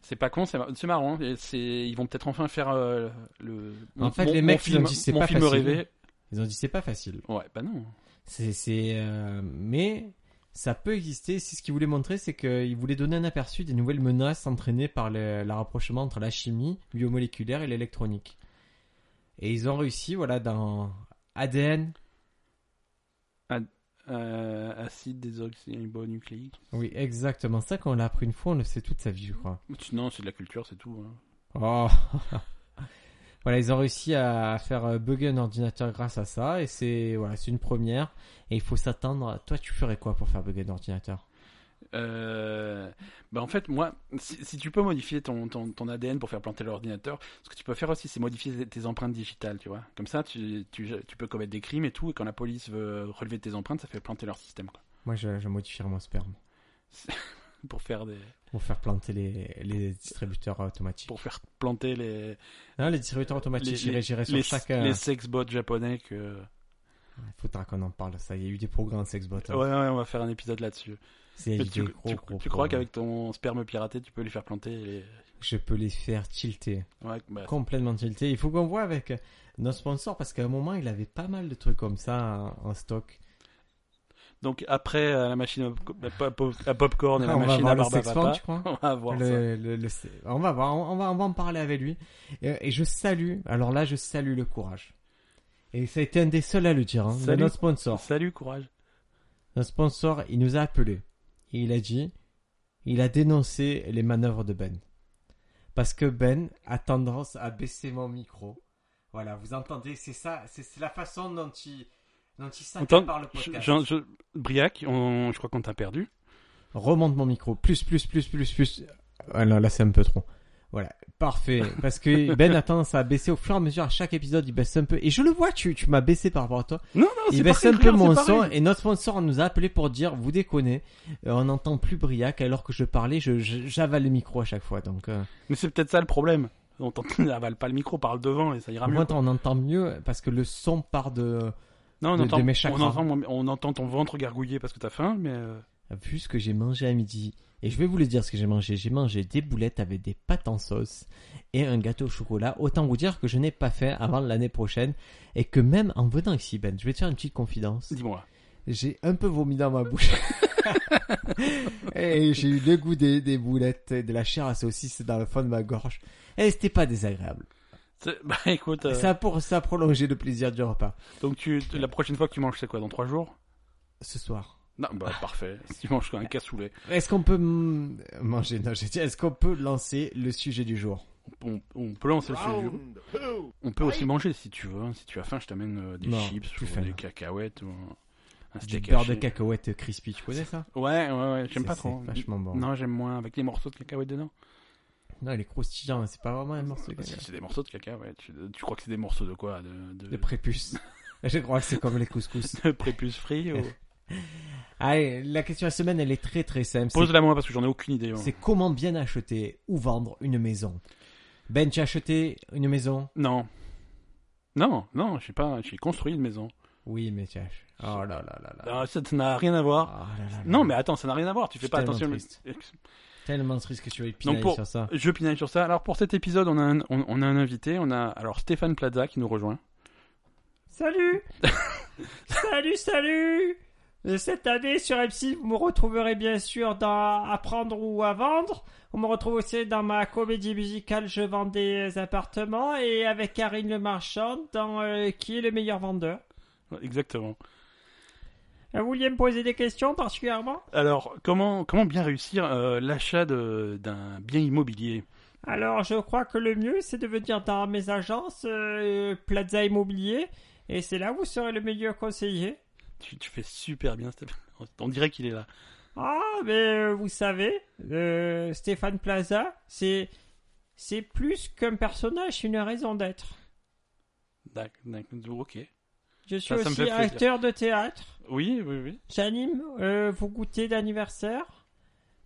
B: c'est pas con, c'est mar- c'est marrant. Et c'est, ils vont peut-être enfin faire euh, le.
C: En fait, les mecs, ils
B: film,
C: ont dit, c'est
B: mon
C: pas
B: film
C: facile. hein.
B: rêvé.
C: Ils ont dit c'est pas facile.
B: Ouais, bah non.
C: C'est, c'est, euh, mais ça peut exister. C'est ce qu'ils voulaient montrer, c'est qu'ils voulaient donner un aperçu des nouvelles menaces entraînées par le, le rapprochement entre la chimie biomoléculaire et l'électronique. Et ils ont réussi, voilà, dans ADN,
B: Euh, acide désoxyribonucléique.
C: oui, exactement ça qu'on l'a appris une fois, on le sait toute sa vie, je crois.
B: Non, c'est de la culture, c'est tout. hein.
C: Oh. voilà, ils ont réussi à faire euh, bugger un ordinateur grâce à ça, et c'est voilà, c'est une première. Et il faut s'attendre. à- Toi, tu ferais quoi pour faire bugger un ordinateur
B: Euh, bah en fait, moi, si, si tu peux modifier ton, ton, ton ADN pour faire planter l'ordinateur, ce que tu peux faire aussi, c'est modifier tes empreintes digitales, tu vois. Comme ça, tu, tu, tu peux commettre des crimes et tout, et quand la police veut relever tes empreintes, ça fait planter leur système, quoi.
C: Moi, je, je modifierais mon sperme
B: Pour faire des,
C: pour faire planter les, les distributeurs automatiques.
B: pour faire planter les,
C: Non, les distributeurs automatiques,
B: les,
C: j'irais, j'irais sur euh,
B: les-
C: chacun.
B: les sexbots japonais que.
C: Faudra qu'on en parle, ça. Il y a eu des programmes sexbot.
B: Ouais, ouais, on va faire un épisode là-dessus.
C: C'est
B: Mais
C: des
B: Tu,
C: gros,
B: tu-
C: gros
B: tu crois
C: programmes.
B: qu'avec ton sperme piraté, tu peux les faire planter les.
C: Je peux les faire tilter.
B: Ouais, bah,
C: complètement tilté. Il faut qu'on voit avec notre sponsor parce qu'à un moment, il avait pas mal de trucs comme ça en, en stock.
B: donc après euh, la machine à pop- à, pop- à popcorn et la
C: Ah, on va
B: machine
C: voir
B: à
C: le
B: barbapapa,
C: sexphone, tu crois
B: on va voir ça.
C: Le- le- le- c'est- on va voir, on, on va, on va en parler avec lui. Et, et je salue, alors là, je salue le courage. Et ça a été un des seuls à le dire, hein, de
B: Salut.
C: notre sponsor.
B: Salut, courage.
C: Notre sponsor, il nous a appelé. Et il a dit, il a dénoncé les manœuvres de Ben. Parce que Ben a tendance à baisser mon micro. Voilà, vous entendez, c'est ça, c'est c'est la façon dont il, dont il
B: Attends,
C: s'accapare par le podcast.
B: je- je- je- Briac, on- je crois qu'on t'a perdu.
C: Remonte mon micro. Plus, plus, plus, plus, plus. Ah non, là, c'est un peu trop. Voilà. Parfait. Parce que Ben a tendance à baisser au fur et à mesure. À chaque épisode, il baisse un peu. Et je le vois, tu, tu m'as baissé par rapport à toi.
B: Non, non,
C: il baisse un peu mon son. Et notre sponsor nous a appelé pour dire, vous déconnez. Euh, on n'entend plus Briac alors que je parlais, je, je- j'avale le micro à chaque fois. Donc, euh,
B: Mais c'est peut-être ça le problème. On t'entend- avale pas le micro, parle devant et ça ira
C: au
B: mieux.
C: moins, on entend mieux parce que le son part de,
B: Non, on
C: de-
B: entend,
C: de mes chakras.
B: on, entend, mon- on entend ton ventre gargouiller parce que t'as faim, mais euh,
C: vu ce que j'ai mangé à midi. Et je vais vous le dire ce que j'ai mangé. J'ai mangé des boulettes avec des pâtes en sauce et un gâteau au chocolat. Autant vous dire que je n'ai pas fait avant l'année prochaine. Et que même en venant ici, Ben, je vais te faire une petite confidence.
B: dis-moi.
C: J'ai un peu vomi dans ma bouche. et j'ai eu le goût des, des boulettes et de la chair à saucisse dans le fond de ma gorge. Et c'était pas désagréable.
B: C'est- Bah écoute, euh,
C: Ça, a pour, ça a prolongé le plaisir du repas.
B: donc tu, tu- la prochaine fois que tu manges, c'est quoi Dans trois jours
C: Ce soir.
B: Non, bah parfait. Si tu manges un cassoulet,
C: Est-ce qu'on peut mm, manger Non, j'ai dit, est-ce qu'on peut lancer le sujet du jour
B: on, on peut lancer le sujet. On peut aussi manger si tu veux. hein. Si tu as faim, je t'amène euh, des
C: Non,
B: chips
C: plus
B: ou
C: faim.
B: des cacahuètes ou un- un
C: Du
B: steak
C: beurre de
B: haché.
C: cacahuète crispy, tu connais ça
B: Ouais, ouais, ouais, Ah,
C: C'est-
B: j'aime pas
C: c'est
B: trop.
C: vachement bon.
B: Non, j'aime moins avec les morceaux de cacahuètes dedans.
C: Non, il est croustillant, c'est pas vraiment un morceau de,
B: C'est c'est des morceaux de caca, ouais. Tu, tu crois que c'est des morceaux de quoi De, de-
C: de prépuce. Je crois que c'est comme les couscous.
B: de prépuce frit ou-
C: Allez, la question de la semaine, elle est très très simple. C'est-
B: Pose-la moi parce que j'en ai aucune idée. hein.
C: C'est comment bien acheter ou vendre une maison. Ben, tu as acheté une maison
B: Non. Non, non, j'ai pas, j'ai construit une maison.
C: Oui, mais tu as ach- Oh là là là là.
B: Ah, ça ça n'a rien à voir.
C: Oh là là là.
B: Non, mais attends, ça n'a rien à voir. Tu
C: Je
B: fais
C: suis
B: pas
C: tellement
B: attention.
C: triste.
B: mais-
C: Tellement triste que tu vas épiner
B: Donc pour-
C: sur ça.
B: Je pinaille sur ça. Alors pour cet épisode, on a un, on, on a un invité. On a alors Stéphane Plaza qui nous rejoint.
C: Salut Salut, salut Euh, Cette année sur M6, vous me retrouverez bien sûr dans Apprendre ou à vendre. On me retrouve aussi dans ma comédie musicale Je vends des appartements et avec Karine Le Marchand dans euh, Qui est le meilleur vendeur.
B: Ouais, Exactement.
C: Euh, Vous vouliez me poser des questions particulièrement
B: Alors comment comment bien réussir euh, l'achat de- d'un bien immobilier
C: Alors je crois que le mieux c'est de venir dans mes agences euh, Plaza Immobilier et c'est là où vous serez le meilleur conseiller.
B: tu, tu fais super bien, Stéphane. On dirait qu'il est là.
C: Ah, mais euh, vous savez, euh, Stéphane Plaza, c'est c'est plus qu'un personnage, c'est une raison d'être.
B: D'ac- d'ac- Ok.
C: Je suis
B: Ça, ça me
C: aussi
B: fait plaisir.
C: acteur de théâtre.
B: Oui, oui, oui.
C: J'anime euh, vos goûters d'anniversaire.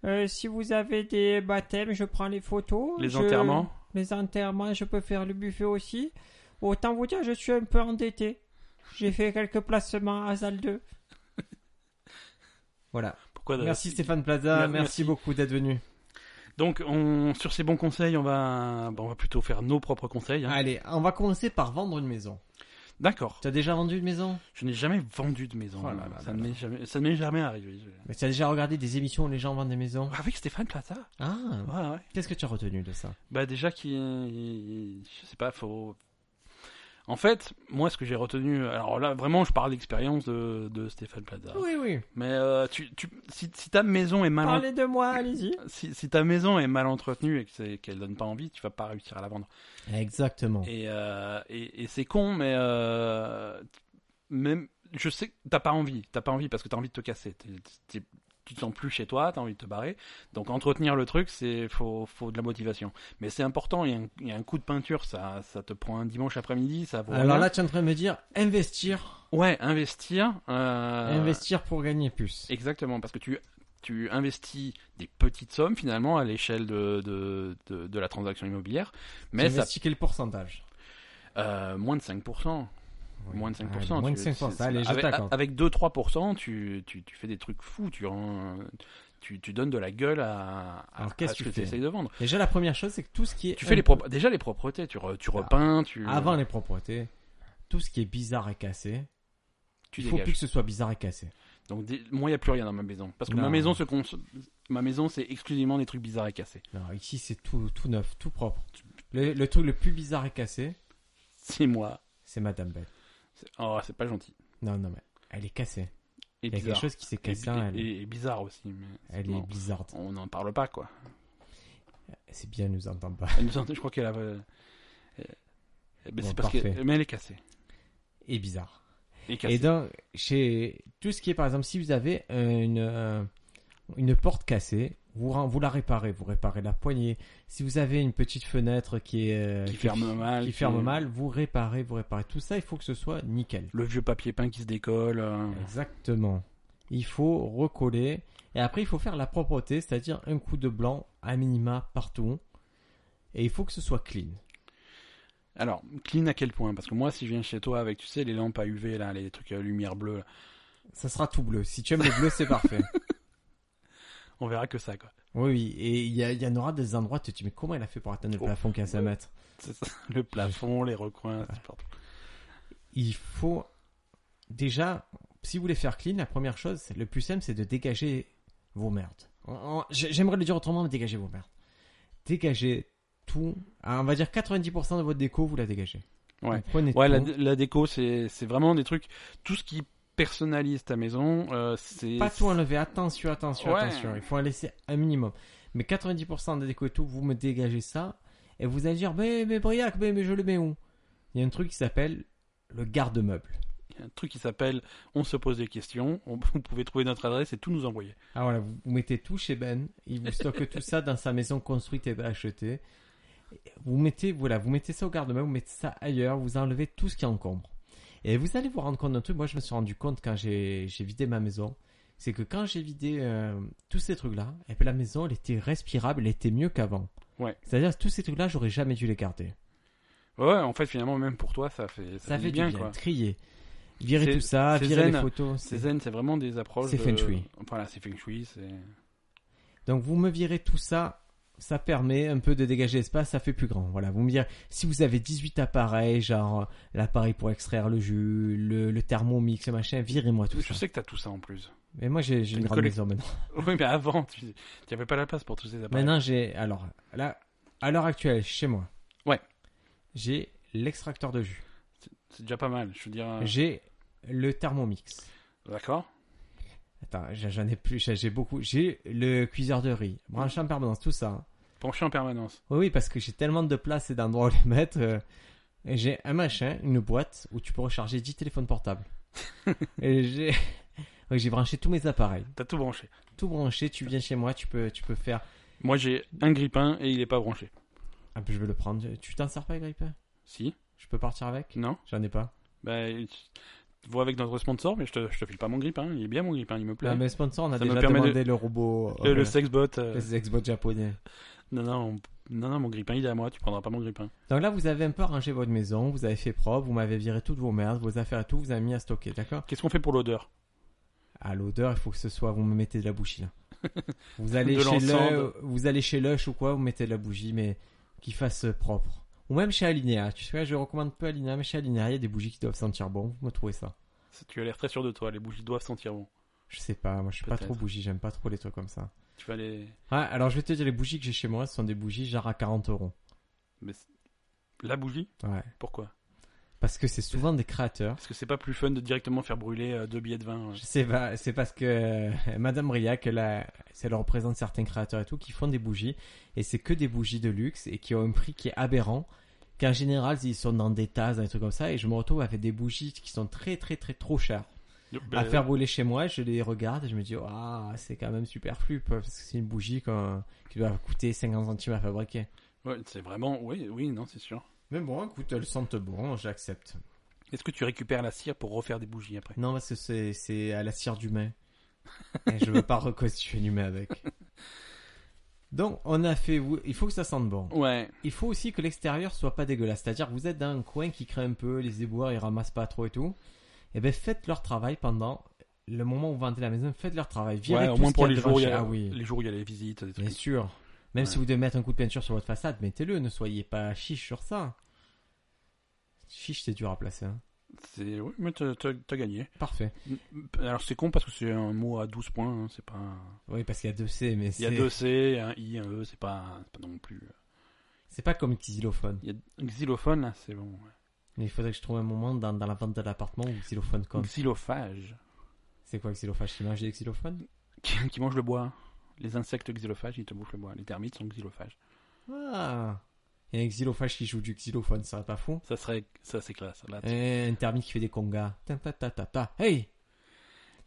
E: Euh, si vous avez des baptêmes, je prends les photos.
B: Les
E: Je-
B: enterrements
E: Les enterrements, je peux faire le buffet aussi. Autant vous dire, je suis un peu endetté. J'ai fait quelques placements à Zal 2.
C: Voilà.
B: Pourquoi de-
C: Merci Stéphane Plaza,
B: Merci.
C: Euh, merci, beaucoup d'être venu.
B: Donc, on, sur ces bons conseils, on va, bon, on va plutôt faire nos propres conseils. hein.
C: Allez, on va commencer par vendre une maison.
B: D'accord.
C: Tu as déjà vendu une maison
B: Je n'ai jamais vendu de maison.
C: Oh là là
B: ça
C: là
B: ne m'est jamais, ça ne m'est jamais arrivé. Je-
C: Mais tu as déjà regardé des émissions où les gens vendent des maisons
B: Avec Stéphane Plata
C: Ah,
B: Ouais, ouais.
C: qu'est-ce que tu as retenu de ça
B: Bah déjà qui, je sais pas, faut. En fait, moi, ce que j'ai retenu, alors là, vraiment, je parle d'expérience de, de Stéphane Plaza.
C: Oui, oui.
B: Mais euh, tu, tu, si, si ta maison est mal, en-
E: Parlez de moi, allez-y.
B: si, si ta maison est mal entretenue et que c'est- qu'elle donne pas envie, tu vas pas réussir à la vendre.
C: Exactement.
B: Et, euh, et, et c'est con, mais euh, même, je sais que t'as pas envie, t'as pas envie parce que t'as envie de te casser. T'es- t'es- tu te sens plus chez toi, t'as envie de te barrer. Donc entretenir le truc, c'est faut, faut de la motivation. Mais c'est important. Il y, a un- il y a un coup de peinture, ça, ça te prend un dimanche après-midi, ça vaut.
C: Alors
B: rien.
C: là, tu es en train de me dire investir,
B: ouais, investir. euh,
C: investir pour gagner plus.
B: Exactement, parce que tu, tu investis des petites sommes finalement à l'échelle de, de, de, de la transaction immobilière, mais
C: Tu
B: ça,
C: investis quel pourcentage
B: euh, moins de 5%. Moins de 5%.
C: Ah, moins de
B: tu-
C: 5%.
B: c'est-
C: Allez, je
B: avec,
C: t'accorde.
B: avec 2-3%, tu, tu, tu fais des trucs fous, tu, rends- tu, tu donnes de la gueule à, à,
C: Alors, qu'est-ce
B: à
C: que
B: ce que
C: tu
B: tu
C: fais
B: essayes de vendre.
C: Déjà, la première chose, c'est que tout ce qui est.
B: Tu fais
C: un
B: les
C: peu-
B: propres- déjà les propretés, tu, re- tu repeins, tu,
C: Ah. Avant les propretés, tout ce qui est bizarre et cassé,
B: tu
C: il faut
B: dégages.
C: plus que ce soit bizarre et cassé.
B: Donc des- moi, il n'y a plus rien dans ma maison. Parce que
C: Non.
B: ma maison, se cons- ma maison, c'est exclusivement des trucs bizarres et cassés.
C: Non, ici, c'est tout, tout neuf, tout propre. Le, le truc le plus bizarre et cassé,
B: C'est moi.
C: c'est Madame Belle.
B: C'est- Oh, c'est pas gentil.
C: Non, non, mais elle est cassée.
B: Et
C: Il y a
B: bizarre.
C: quelque chose qui s'est
B: Et,
C: cassé. en elle
B: et- et bizarre aussi. Mais c'est-
C: elle est
B: bon,
C: bizarre.
B: on n'en parle pas, quoi.
C: C'est bien, elle nous entend pas.
B: Elle nous en- Je crois qu'elle a. euh, euh, mais
C: Bon,
B: c'est parce que-
C: parfait.
B: mais elle est cassée.
C: Et bizarre.
B: Elle est cassée.
C: Et donc, chez tout ce qui est, par exemple, si vous avez une, euh, une porte cassée, vous, ren- vous la réparez, vous réparez la poignée. Si vous avez une petite fenêtre qui est euh,
B: qui euh, ferme mal.
C: qui ferme mal, vous réparez, vous réparez. Tout ça, il faut que ce soit nickel.
B: Le vieux papier peint qui se décolle. euh,
C: Exactement. Il faut recoller. Et après, il faut faire la propreté, c'est-à-dire un coup de blanc à minima partout. Et il faut que ce soit clean.
B: Alors, clean à quel point Parce que moi, si je viens chez toi avec, tu sais, les lampes à UV, là, les trucs à lumière bleue, là,
C: Ça sera tout bleu. Si tu aimes le bleu, c'est parfait.
B: on verra que ça, quoi.
C: Oui, oui. Et il y, a- il y en aura des endroits, tu te dis, mais comment elle a fait pour atteindre le
B: Oh.
C: plafond 15 mètres
B: C'est ça, Le plafond, les recoins, c'est partout.
C: il faut déjà, si vous voulez faire clean, la première chose, c'est- le plus simple, c'est de dégager vos merdes. On- on- j'ai- J'aimerais le dire autrement, mais dégagez vos merdes. Dégagez tout. Ah, On va dire 90% de votre déco, vous la dégagez.
B: Ouais.
C: Vous prenez
B: Ouais, la,
C: tout.
B: la déco, c'est c'est vraiment des trucs. Tout ce qui personnalise ta maison, euh, c'est.
C: Pas tout enlever. Attention, attention,
B: Ouais.
C: attention. Il faut en laisser un minimum. Mais 90% de la déco et tout, vous me dégagez ça. Et vous allez dire, mais, mais Briac, mais, mais je le mets où Il y a un truc qui s'appelle le garde-meuble.
B: Il y a un truc qui s'appelle On se pose des questions. On- vous pouvez trouver notre adresse et tout nous envoyer.
C: Ah voilà, vous vous mettez tout chez Ben, il vous stocke tout ça dans sa maison construite et achetée. Vous mettez voilà, vous mettez ça au garde-meuble, vous mettez ça ailleurs, vous enlevez tout ce qui encombre. Et vous allez vous rendre compte d'un truc, moi je me suis rendu compte quand j'ai j'ai vidé ma maison, c'est que quand j'ai vidé euh, tous ces trucs-là, et bien la maison elle était respirable, elle était mieux qu'avant.
B: Ouais.
C: C'est-à-dire tous ces trucs-là, j'aurais jamais dû les garder.
B: Ouais, en fait, finalement, même pour toi, ça fait,
C: Ça,
B: fait
C: fait
B: du bien,
C: du bien,
B: quoi.
C: trier. Virer
B: C'est-
C: tout ça,
B: c'est
C: virer les
B: zen.
C: photos.
B: C'est zen, c'est vraiment des approches.
C: C'est
B: de-
C: feng shui.
B: Voilà, c'est feng shui, c'est.
C: Donc vous me virez tout ça, ça permet un peu de dégager l'espace, ça fait plus grand. Voilà, vous me direz, si vous avez 18 appareils, genre euh, l'appareil pour extraire le jus, le, le thermomix, le machin, virez-moi tout
B: Je
C: ça.
B: sais que t'as tout ça en plus.
C: Mais moi j'ai j'ai
B: Une
C: une grande
B: collection.
C: maison maintenant.
B: Oui, mais avant, tu tu avais pas la place pour tous ces appareils.
C: Maintenant j'ai, alors là, à l'heure actuelle, chez moi.
B: Ouais.
C: J'ai l'extracteur de jus.
B: C'est déjà pas mal, je veux dire. euh,
C: J'ai le thermomix.
B: D'accord
C: Attends, j'en ai plus, j'ai beaucoup. J'ai le cuiseur de riz, branché en permanence, tout ça.
B: Penché en permanence.
C: Oui, oui, parce que j'ai tellement de place et d'endroits où les mettre. euh, et j'ai un machin, une boîte où tu peux recharger 10 téléphones portables. et j'ai oui, j'ai branché tous mes appareils.
B: T'as tout branché.
C: Tout branché, tu viens chez moi, tu peux, tu peux faire.
B: Moi, j'ai un grippin et il est pas branché.
C: Ah, puis je vais le prendre. Tu t'en sers pas, Grippe
B: Si
C: Je peux partir avec
B: Non
C: J'en ai pas.
B: Bah, tu- vois avec notre sponsor, mais je te, je te file pas mon grippin. Il est bien mon grippin, il me plaît.
C: Ah, mais sponsor, on a
B: Ça me
C: déjà
B: permet de-
C: demandé le robot.
B: Et
C: euh,
B: le sexbot. euh,
C: les Xbox japonais.
B: non, non, non, non, mon grippin, il est à moi. Tu prendras pas mon grippin.
C: Donc là, vous avez un peu rangé votre maison, vous avez fait propre, vous m'avez viré toutes vos merdes, vos affaires et tout, vous avez mis à stocker, d'accord
B: Qu'est-ce qu'on fait pour l'odeur
C: À l'odeur, il faut que ce soit, vous me mettez de la bougie là. Vous allez,
B: De
C: chez
B: l'encens,
C: Le-
B: de-
C: vous allez chez Lush ou quoi, vous mettez de la bougie, mais qui fasse propre. Ou même chez Alinea, tu sais, je recommande peu Alinea, mais chez Alinea, il y a des bougies qui doivent sentir bon, vous me trouvez ça.
B: Tu as l'air très sûr de toi. Les bougies doivent sentir bon.
C: Je sais pas, moi je suis pas
B: Peut-être.
C: trop bougie, j'aime pas trop les trucs comme ça.
B: Tu vas les.
C: Ouais, alors je vais te dire, les bougies que j'ai chez moi, ce sont des bougies genre à 40 euros.
B: mais c'est- La bougie
C: Ouais.
B: Pourquoi
C: Parce que c'est souvent des créateurs.
B: Parce que c'est pas plus fun de directement faire brûler euh, deux billets de vin. euh.
C: Je sais pas, c'est parce que euh, Madame Briac, là, ça leur représente certains créateurs et tout, qui font des bougies, et c'est que des bougies de luxe, et qui ont un prix qui est aberrant, qu'en général, ils sont dans des tasses, dans des trucs comme ça, et je me retrouve avec des bougies qui sont très très très trop chères. à
B: Ben,
C: faire brûler chez moi, je les regarde, et je me dis, ah, c'est quand même superflu, parce que c'est une bougie qu'on- qui doit coûter 50 centimes à fabriquer.
B: ouais, c'est vraiment. Oui, oui, non, c'est sûr.
C: Mais bon, écoute, elles sentent bon, j'accepte.
B: Est-ce que tu récupères la cire pour refaire des bougies après
C: Non, parce que c'est- c'est à la cire d'humain. Et je veux pas reconstituer l'humain avec. Donc, on a fait. Il faut que ça sente bon.
B: Ouais.
C: Il faut aussi que l'extérieur soit pas dégueulasse. C'est-à-dire que vous êtes dans un coin qui craint un peu, les éboueurs ils ramassent pas trop et tout. Et ben, faites leur travail pendant le moment où vous vendez la maison. Faites leur travail. Virez
B: Ouais,
C: tout
B: au
C: ce
B: moins
C: qu'il
B: pour
C: y a
B: les
C: devant
B: jours, où il y
C: chez-
B: a,
C: Ah oui,
B: les jours où il y a les visites, des trucs.
C: bien sûr. Même
B: Ouais.
C: si vous devez mettre un coup de peinture sur votre façade, mettez-le. Ne soyez pas chiche sur ça. Chiche, c'est dur à placer. hein.
B: C'est oui, mais t'as t'as- t'as gagné.
C: Parfait.
B: Alors c'est con parce que c'est un mot à 12 points, hein, c'est pas. un-
C: Oui, parce qu'il y a deux C, mais
B: Il y a
C: c'est-
B: deux C, un I, un E, c'est pas, c'est pas non plus. euh.
C: c'est pas comme xylophone.
B: Il y a un xylophone là, c'est bon. ouais.
C: Mais il faudrait que je trouve un moment dans, dans la vente de l'appartement où xylophone compte.
B: Xylophage,
C: C'est quoi xylophage Tu manges des xylophones
B: qui, qui mange le bois. Les insectes xylophages, ils te bouffent le bois. Les termites sont xylophages.
C: Ah Il y a un xylophage qui joue du xylophone, ça serait pas fou
B: Ça serait, ça c'est classe. Là,
C: Et un termite qui fait des congas. Ta ta ta ta ta. Hey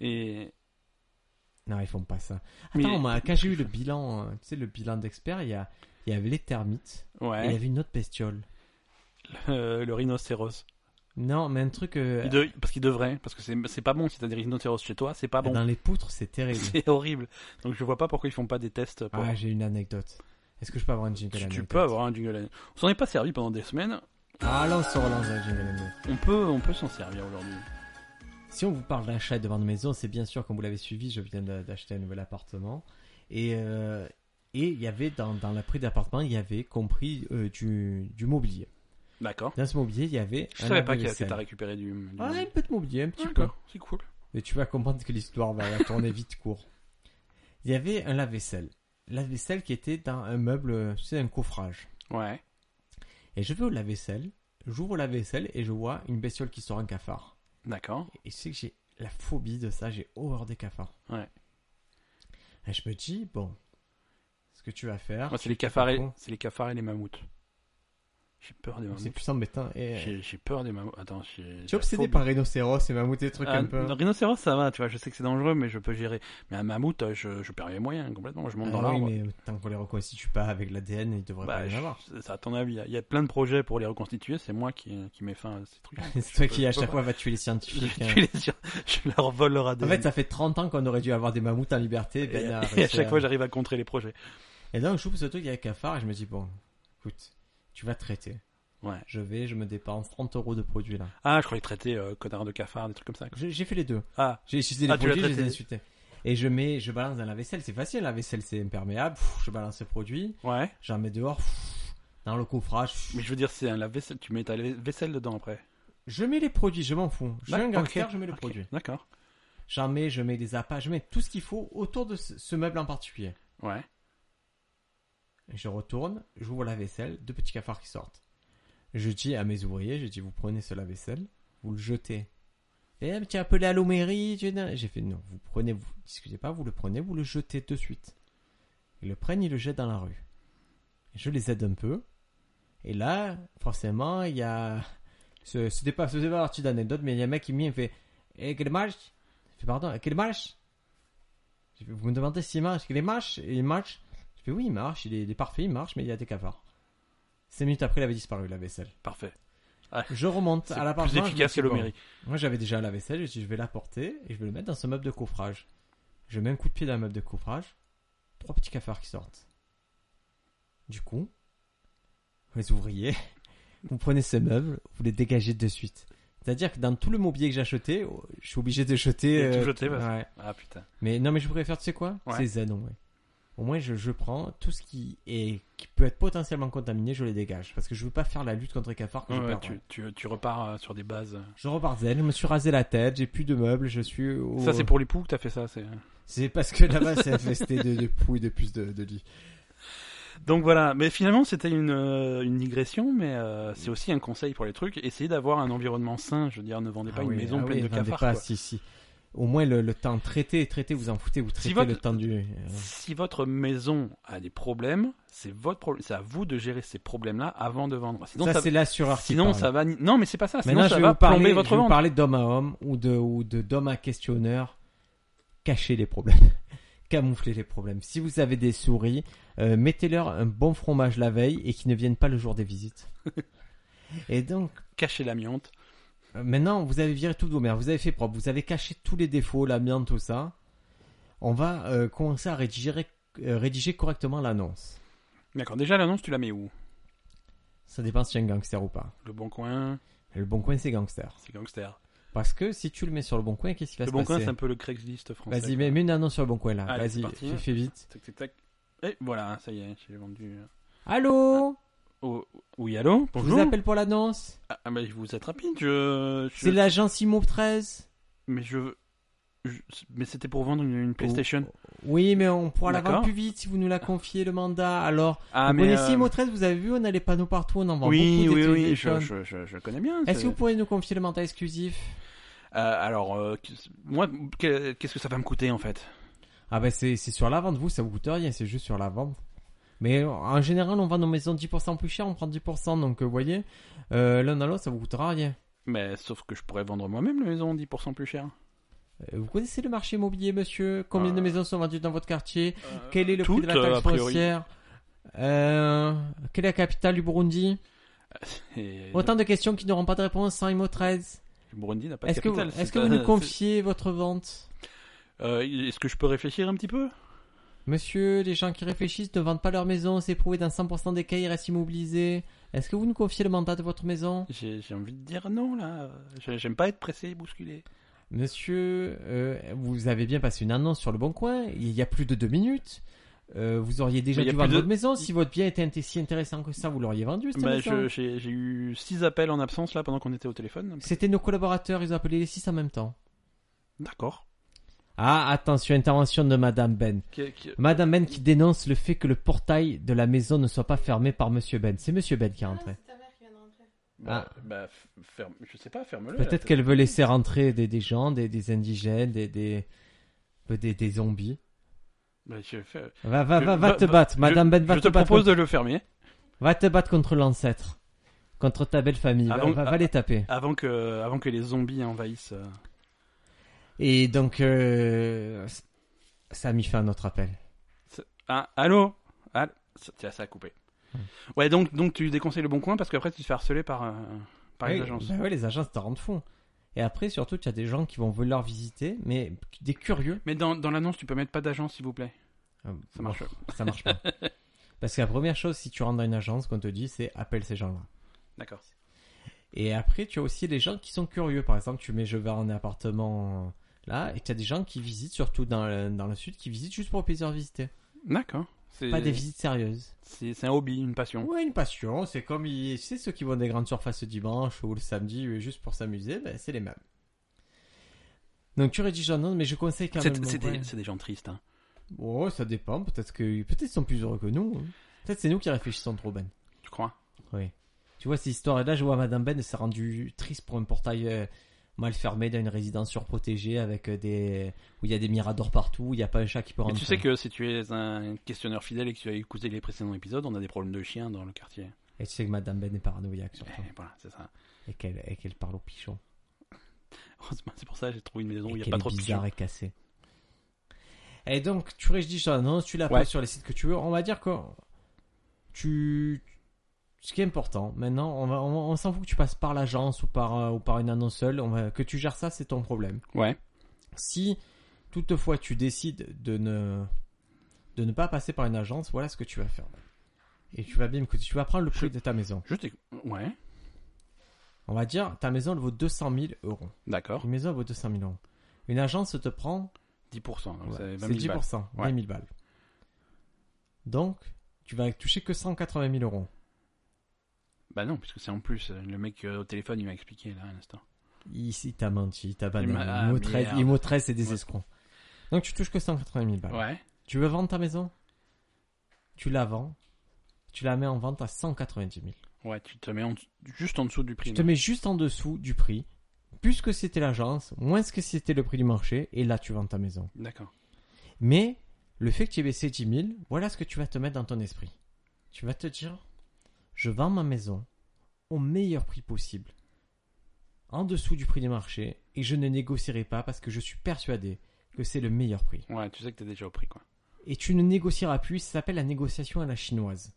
B: Et
C: Non, ils font pas ça. Attends,
B: Mais-
C: moi, quand j'ai eu le bilan, euh, tu sais, le bilan d'experts, il y, a- il y avait les termites et il y
B: ouais,
C: avait une autre bestiole.
B: le, le rhinocéros.
C: Non, mais un truc. euh,
B: Il de- parce qu'il devrait, parce que c'est c'est pas bon si t'as des rhinocéros chez toi, c'est pas bon.
C: Dans les poutres, Ah c'est terrible.
B: C'est horrible. Donc je vois pas pourquoi ils font pas des tests. Pour...
C: Ah, j'ai une anecdote. Est-ce que je peux avoir une jingle
B: tu, tu
C: anecdote
B: peux avoir un jingle. On s'en est pas servi pendant des semaines.
C: Ah, là, on se relance dans la jingle anecdote.
B: On peut, on peut s'en servir aujourd'hui.
C: Si on vous parle d'achat et de vente de maison, c'est bien sûr, comme vous l'avez suivi, je viens d'a- d'acheter un nouvel appartement. Et, euh, et il y avait dans, dans la prix d'appartement, il y avait compris euh, du, du mobilier.
B: D'accord.
C: Dans ce mobilier, il y avait.
B: Je
C: un
B: savais pas que, que
C: lave-vaisselle.
B: t'as récupéré du. du-
C: Ah, un peu de mobilier, un petit peu.
B: D'accord, c'est cool.
C: Mais tu vas comprendre que l'histoire va va tourner vite court. Il y avait un lave-vaisselle. Lave-vaisselle qui était dans un meuble, tu sais, un coffrage.
B: Ouais.
C: Et je vais au lave-vaisselle, j'ouvre la vaisselle et je vois une bestiole qui sort un cafard.
B: D'accord.
C: Et tu sais que j'ai la phobie de ça, j'ai horreur des cafards.
B: Ouais.
C: Et je me dis, bon, ce que tu vas faire.
B: Moi, Ah, c'est les cafards et
C: con.
B: c'est les cafards et les mammouths. J'ai peur des
C: C'est
B: mammouths.
C: plus embêtant. Et... euh,
B: J'ai j'ai peur des mammouths. Attends, j'ai.
C: Tu es
B: j'ai
C: obsédé
B: phobie.
C: par rhinocéros et mammouth et des trucs
B: Ah,
C: un peu.
B: un rhinocéros, ça va, tu vois, je sais que c'est dangereux, mais je peux gérer. Mais un mammouth, euh, je, je perds les moyens complètement, je monte
C: Ah
B: dans
C: oui,
B: l'arbre.
C: mais tant qu'on les reconstitue pas avec l'ADN, il devrait
B: Bah,
C: pas y en
B: je-
C: avoir.
B: c'est à ton avis, il y a- il y, a plein de projets pour les reconstituer, c'est moi qui, qui mets fin à ces trucs.
C: C'est toi
B: je
C: qui
B: peux
C: à chaque
B: pas.
C: fois va tuer les
B: je,
C: scientifiques. hein.
B: je les sur- je leur vole leur
C: En
B: ADN.
C: fait, ça fait 30 ans qu'on aurait dû avoir des mammouths en liberté.
B: et,
C: Ben, a
B: et à
C: réussi
B: chaque
C: à-
B: fois, j'arrive à contrer les projets.
C: Et donc, je trouve ce truc avec cafard et je me dis, bon, écoute, tu vas traiter.
B: Ouais.
C: Je vais, je me dépense 30 euros de produits là.
B: Ah, je croyais traiter euh, connard de cafard, des trucs comme ça. quoi.
C: Je- J'ai fait les deux.
B: Ah,
C: J'ai utilisé les
B: Ah, tu l'as
C: produits, je les ai
B: traité.
C: insultés. Et je mets, je balance dans la vaisselle, c'est facile, la vaisselle c'est imperméable, pff, je balance les produits,
B: ouais.
C: j'en mets dehors, pff, dans le coffrage, pff.
B: Mais je veux dire, c'est un lave-vaisselle. Tu mets ta lave- vaisselle dedans après.
C: je mets les produits, je m'en fous. Je suis un
B: D'ac-
C: gangster,
B: ok,
C: je mets les
B: ok,
C: produits.
B: D'accord.
C: J'en mets, je mets des appâts, je mets tout ce qu'il faut autour de ce, ce meuble en particulier.
B: Ouais.
C: Et Je retourne, j'ouvre la vaisselle, deux petits cafards qui sortent. Je dis à mes ouvriers, je dis vous prenez ce lave-vaisselle, vous le jetez. Et eh, mais tu as appelé à l'hommerie, tu n'as- j'ai fait non, vous prenez, vous discutez pas, vous le prenez, vous le jetez de suite. Ils le prennent, ils le jettent dans la rue. Et je les aide un peu. Et là, forcément, il y a ce, ce débat, ce débat parti d'anecdote, mais il y a un mec qui me dit, il fait, eh, quel marche? Je fais, pardon, quel marche? Je fais, Vous me demandez s'il marche, quel marche? Et il marche. Je fais oui, il marche, il est, il est parfait, il marche, mais il y a des cafards. Cinq minutes après, il avait disparu, la vaisselle.
B: Parfait. Ouais.
C: Je remonte
B: C'est
C: à l'appartement.
B: plus
C: je me
B: efficace
C: dis,
B: que le
C: bon,
B: mairie.
C: Moi, j'avais déjà la vaisselle. Je me suis dit, je vais la porter et je vais le mettre dans ce meuble de coffrage. Je mets un coup de pied dans le meuble de coffrage. Trois petits cafards qui sortent. Du coup, les ouvriers, vous prenez ces meubles, vous les dégagez de suite. C'est-à-dire que dans tout le mobilier que j'ai acheté, oh, je suis obligé de jeter. euh,
B: Et tout jeter, parce-
C: ouais.
B: Ah putain.
C: Mais non, mais je préfère, tu sais quoi
B: Ouais.
C: C'est zen, ouais. Au moins, je, je prends tout ce qui, est, qui peut être potentiellement contaminé, je les dégage. Parce que je veux pas faire la lutte contre les cafards que je
B: Ouais,
C: perds. hein.
B: tu, tu, tu repars euh, sur des bases.
C: Je repars zen, je me suis rasé la tête, j'ai plus de meubles, je suis au...
B: Ça, c'est pour les poux que t'as fait ça. c'est-
C: C'est parce que là-bas, c'est infesté de, de poux et de puces de, de lit.
B: Donc voilà. Mais finalement, c'était une, euh, une digression, mais euh, c'est aussi un conseil pour les trucs. Essayez d'avoir un environnement sain. Je veux dire, ne vendez pas
C: Ah
B: une
C: oui,
B: maison
C: ah
B: pleine
C: oui,
B: de
C: vendez
B: cafards.
C: pas,
B: quoi.
C: si, si. Au moins, le, le temps traité, traité, vous en foutez, vous traitez
B: votre-
C: le temps du... euh,
B: Si votre maison a des problèmes, c'est votre problème. C'est à vous de gérer ces problèmes-là avant de vendre. Sinon,
C: ça,
B: ça,
C: c'est l'assureur qui
B: sinon
C: parle.
B: ça va. ni- Non, mais c'est pas ça. Ah, Sinon,
C: Maintenant,
B: ça
C: je vais
B: va
C: vous parler,
B: plomber
C: je
B: votre
C: vais vous
B: vente.
C: parler d'homme à homme ou de ou de d'homme à questionneur. Cachez les problèmes, camouflez les problèmes. Si vous avez des souris, euh, mettez-leur un bon fromage la veille et qu'ils ne viennent pas le jour des visites. et donc,
B: Cachez l'amiante.
C: euh, maintenant, vous avez viré tout de vos mères, vous avez fait propre, vous avez caché tous les défauts, l'amiante, tout ça. On va euh, commencer à rédiger, euh, rédiger correctement l'annonce.
B: D'accord. Déjà, l'annonce, tu la mets où
C: Ça dépend si y a un gangster ou pas.
B: Le bon coin,
C: Le bon coin, c'est gangster.
B: c'est gangster.
C: Parce que si tu le mets sur le bon coin, qu'est-ce qui va
B: Le
C: se
B: bon coin,
C: passer
B: c'est un peu le Craigslist français.
C: Vas-y, mets, mets une annonce sur le bon coin là.
B: Allez, c'est
C: Vas-y,
B: parti.
C: fais, fais vite.
B: Tac, tac, tac. Et voilà, ça y est, j'ai vendu.
C: Allô
B: Oh, oui, allô
C: Je
B: Bonjour
C: vous appelle pour l'annonce.
B: Ah, ah, mais je vous êtes rapide, je. je-
C: C'est l'agence IMO 13.
B: Mais je. je- Mais c'était pour vendre une, une PlayStation.
C: Oh. Oui, mais on pourra la
B: D'accord.
C: vendre plus vite si vous nous la confiez le mandat. Alors,
B: Ah,
C: vous
B: mais.
C: connaissez
B: euh,
C: IMO 13, vous avez vu, on a les panneaux partout, on en vend
B: Oui,
C: beaucoup.
B: oui,
C: des
B: oui, je,
C: téléphones.
B: je, je, je connais bien.
C: Est-ce
B: c'est-
C: que vous pourriez nous confier le mandat exclusif
B: Euh, alors, euh, qu'est- moi, que- qu'est-ce que ça va me coûter en fait
C: Ah bah c'est c'est sur la vente, vous, ça vous coûte rien, c'est juste sur la vente. Mais en général, on vend nos maisons 10% plus cher, on prend 10%, donc euh, vous voyez, euh, l'un à l'autre, ça vous coûtera rien.
B: Mais sauf que je pourrais vendre moi-même la maison 10% plus cher.
C: Euh, Vous connaissez le marché immobilier, monsieur Combien de
B: Euh,
C: maisons sont vendues dans votre quartier Quel est le
B: Toutes,
C: prix de la
B: euh, a
C: taxe
B: priori.
C: foncière Euh, Quelle est la capitale du Burundi
B: Et
C: Autant de questions qui n'auront pas de réponse sans IMO 13.
B: Le Burundi n'a pas de
C: Est-ce que, vous-
B: capital.
C: est-ce
B: c'est
C: que
B: pas-
C: vous nous
B: c'est-
C: confiez votre vente
B: Euh, Est-ce que je peux réfléchir un petit peu
C: Monsieur, les gens qui réfléchissent ne vendent pas leur maison, c'est prouvé dans 100% des cas, ils restent immobilisés. Est-ce que vous nous confiez le mandat de votre maison
B: J'ai j'ai envie de dire non là. J'ai- J'aime pas être pressé et bousculé.
C: Monsieur, euh, vous avez bien passé une annonce sur le bon coin, il y a plus de deux minutes. Euh, vous auriez déjà
B: Mais il y a
C: dû
B: plus
C: vendre
B: de-
C: votre maison. Si votre bien était int- si intéressant que ça, vous l'auriez vendu. cette
B: Bah,
C: maison.
B: je- J'ai j'ai eu 6 appels en absence là pendant qu'on était au téléphone.
C: C'était nos collaborateurs, ils ont appelé les six en même temps.
B: D'accord.
C: Ah, attention, intervention de Madame Ben.
B: Qui- qui-
C: Madame Ben qui dénonce le fait que le portail de la maison ne soit pas fermé par Monsieur Ben. C'est Monsieur Ben qui est rentré.
D: Ah, ta mère qui vient de rentrer.
B: Bah, bah, f- ferme, je sais pas, ferme-le. là,
C: Ah. Peut-être qu'elle veut laisser rentrer des, des gens, des, des indigènes, des, des, euh, des, des zombies.
B: Bah, je fais-
C: Va, va,
B: Je-
C: va, va
B: va-
C: te
B: va-
C: battre, Madame
B: je,
C: Ben, va
B: je
C: te,
B: te
C: battre.
B: propose
C: contre-
B: de le fermer
C: Va te battre contre l'ancêtre. Contre ta belle famille. Va,
B: Avant-
C: va- va les taper.
B: avant que, avant que les zombies envahissent. euh.
C: Et donc, euh, ça a mis fin à notre appel.
B: Ah, allô Ah, ça- Tiens, ça a coupé. Ouais, donc, donc tu déconseilles le bon coin parce qu'après tu te fais harceler par, euh, par les
C: Oui,
B: agences.
C: bah ouais, les agences te rendent fou. Et après, surtout, tu as des gens qui vont vouloir visiter, mais des curieux.
B: Mais dans, dans l'annonce, tu peux mettre pas d'agence s'il vous plaît.
C: Euh,
B: Ça marche.
C: bon, ça marche pas. Parce que la première chose, si tu rentres dans une agence, qu'on te dit, c'est appelle ces gens-là.
B: D'accord.
C: Et après, tu as aussi les gens qui sont curieux. Par exemple, tu mets je vais en appartement euh, là, et tu as des gens qui visitent, surtout dans le, dans le sud, qui visitent juste pour le plaisir de visiter.
B: D'accord. C'est
C: Pas des visites sérieuses.
B: c'est- c'est un hobby, une passion.
C: Ouais, une passion. C'est comme ils- c'est ceux qui vont des grandes surfaces le dimanche ou le samedi euh, juste pour s'amuser, ben, c'est les mêmes. Donc tu rédiges un nom, mais je conseille quand même.
B: C'est
C: mon
B: c'est
C: coin.
B: des, c'est des gens tristes. Hein.
C: Oh, ça dépend. Peut-être que peut-être ils sont plus heureux que nous. hein. Peut-être c'est nous qui réfléchissons trop, Ben.
B: Tu crois
C: Oui. Tu vois cette histoire là, je vois Madame Ben s'est rendue triste pour un portail euh, mal fermé dans une résidence surprotégée avec euh, des où il y a des miradors partout, où il n'y a pas un chat qui peut
B: Mais
C: rentrer.
B: tu sais que si tu es un questionneur fidèle et que tu as écouté les précédents épisodes, on a des problèmes de chiens dans le quartier.
C: Et tu sais que Madame Ben est paranoïaque surtout
B: Et Eh, voilà, c'est ça.
C: et qu'elle et qu'elle parle aux pichons.
B: Heureusement, c'est pour ça que j'ai trouvé une maison
C: et
B: où il n'y a
C: qu'elle
B: pas
C: est
B: trop de
C: bizarre
B: chiens.
C: et cassée. Et donc tu rédigis ton annonce, tu la
B: Ouais.
C: poses sur les sites que tu veux. On va dire que tu Ce qui est important, maintenant, on, va- on, on s'en fout que tu passes par l'agence ou par, euh, ou par une annonce seule, on va, que tu gères ça, c'est ton problème.
B: Ouais.
C: Si toutefois tu décides de ne, de ne pas passer par une agence, voilà ce que tu vas faire. Et tu vas bien que tu vas prendre le prix de ta maison.
B: Je t'écoute. Ouais.
C: On va dire, ta maison elle vaut 200 000 euros.
B: D'accord.
C: Une maison elle vaut 200 000 euros. Une agence te prend
B: 10%. donc
C: Ouais,
B: c'est 20
C: C'est
B: 000 balles.
C: 10%, 20 000 balles. Donc, tu vas toucher que 180 000 euros.
B: Bah non, puisque c'est en plus. euh, Le mec euh, au téléphone, il m'a expliqué là, à l'instant.
C: Ici, t'as menti, t'as
B: Il
C: banal.
B: m'a- ah,
C: Imo 13,
B: merde.
C: Imo 13, c'est des
B: Ouais.
C: escrocs. Donc, tu touches que 180 000 balles.
B: Ouais.
C: Tu veux vendre ta maison Tu la vends. Tu la mets en vente à 190 000.
B: Ouais, tu te mets en- juste en dessous du prix.
C: Tu te
B: non
C: mets juste en dessous du prix, plus que c'était l'agence, moins que c'était le prix du marché, et là, tu vends ta maison.
B: D'accord.
C: Mais le fait que tu aies baissé 10 000, voilà ce que tu vas te mettre dans ton esprit. Tu vas te dire, je vends ma maison au meilleur prix possible, en dessous du prix du marché, et je ne négocierai pas parce que je suis persuadé que c'est le meilleur prix.
B: Ouais, tu sais que t'es déjà au prix, quoi.
C: Et tu ne négocieras plus, ça s'appelle la négociation à la chinoise.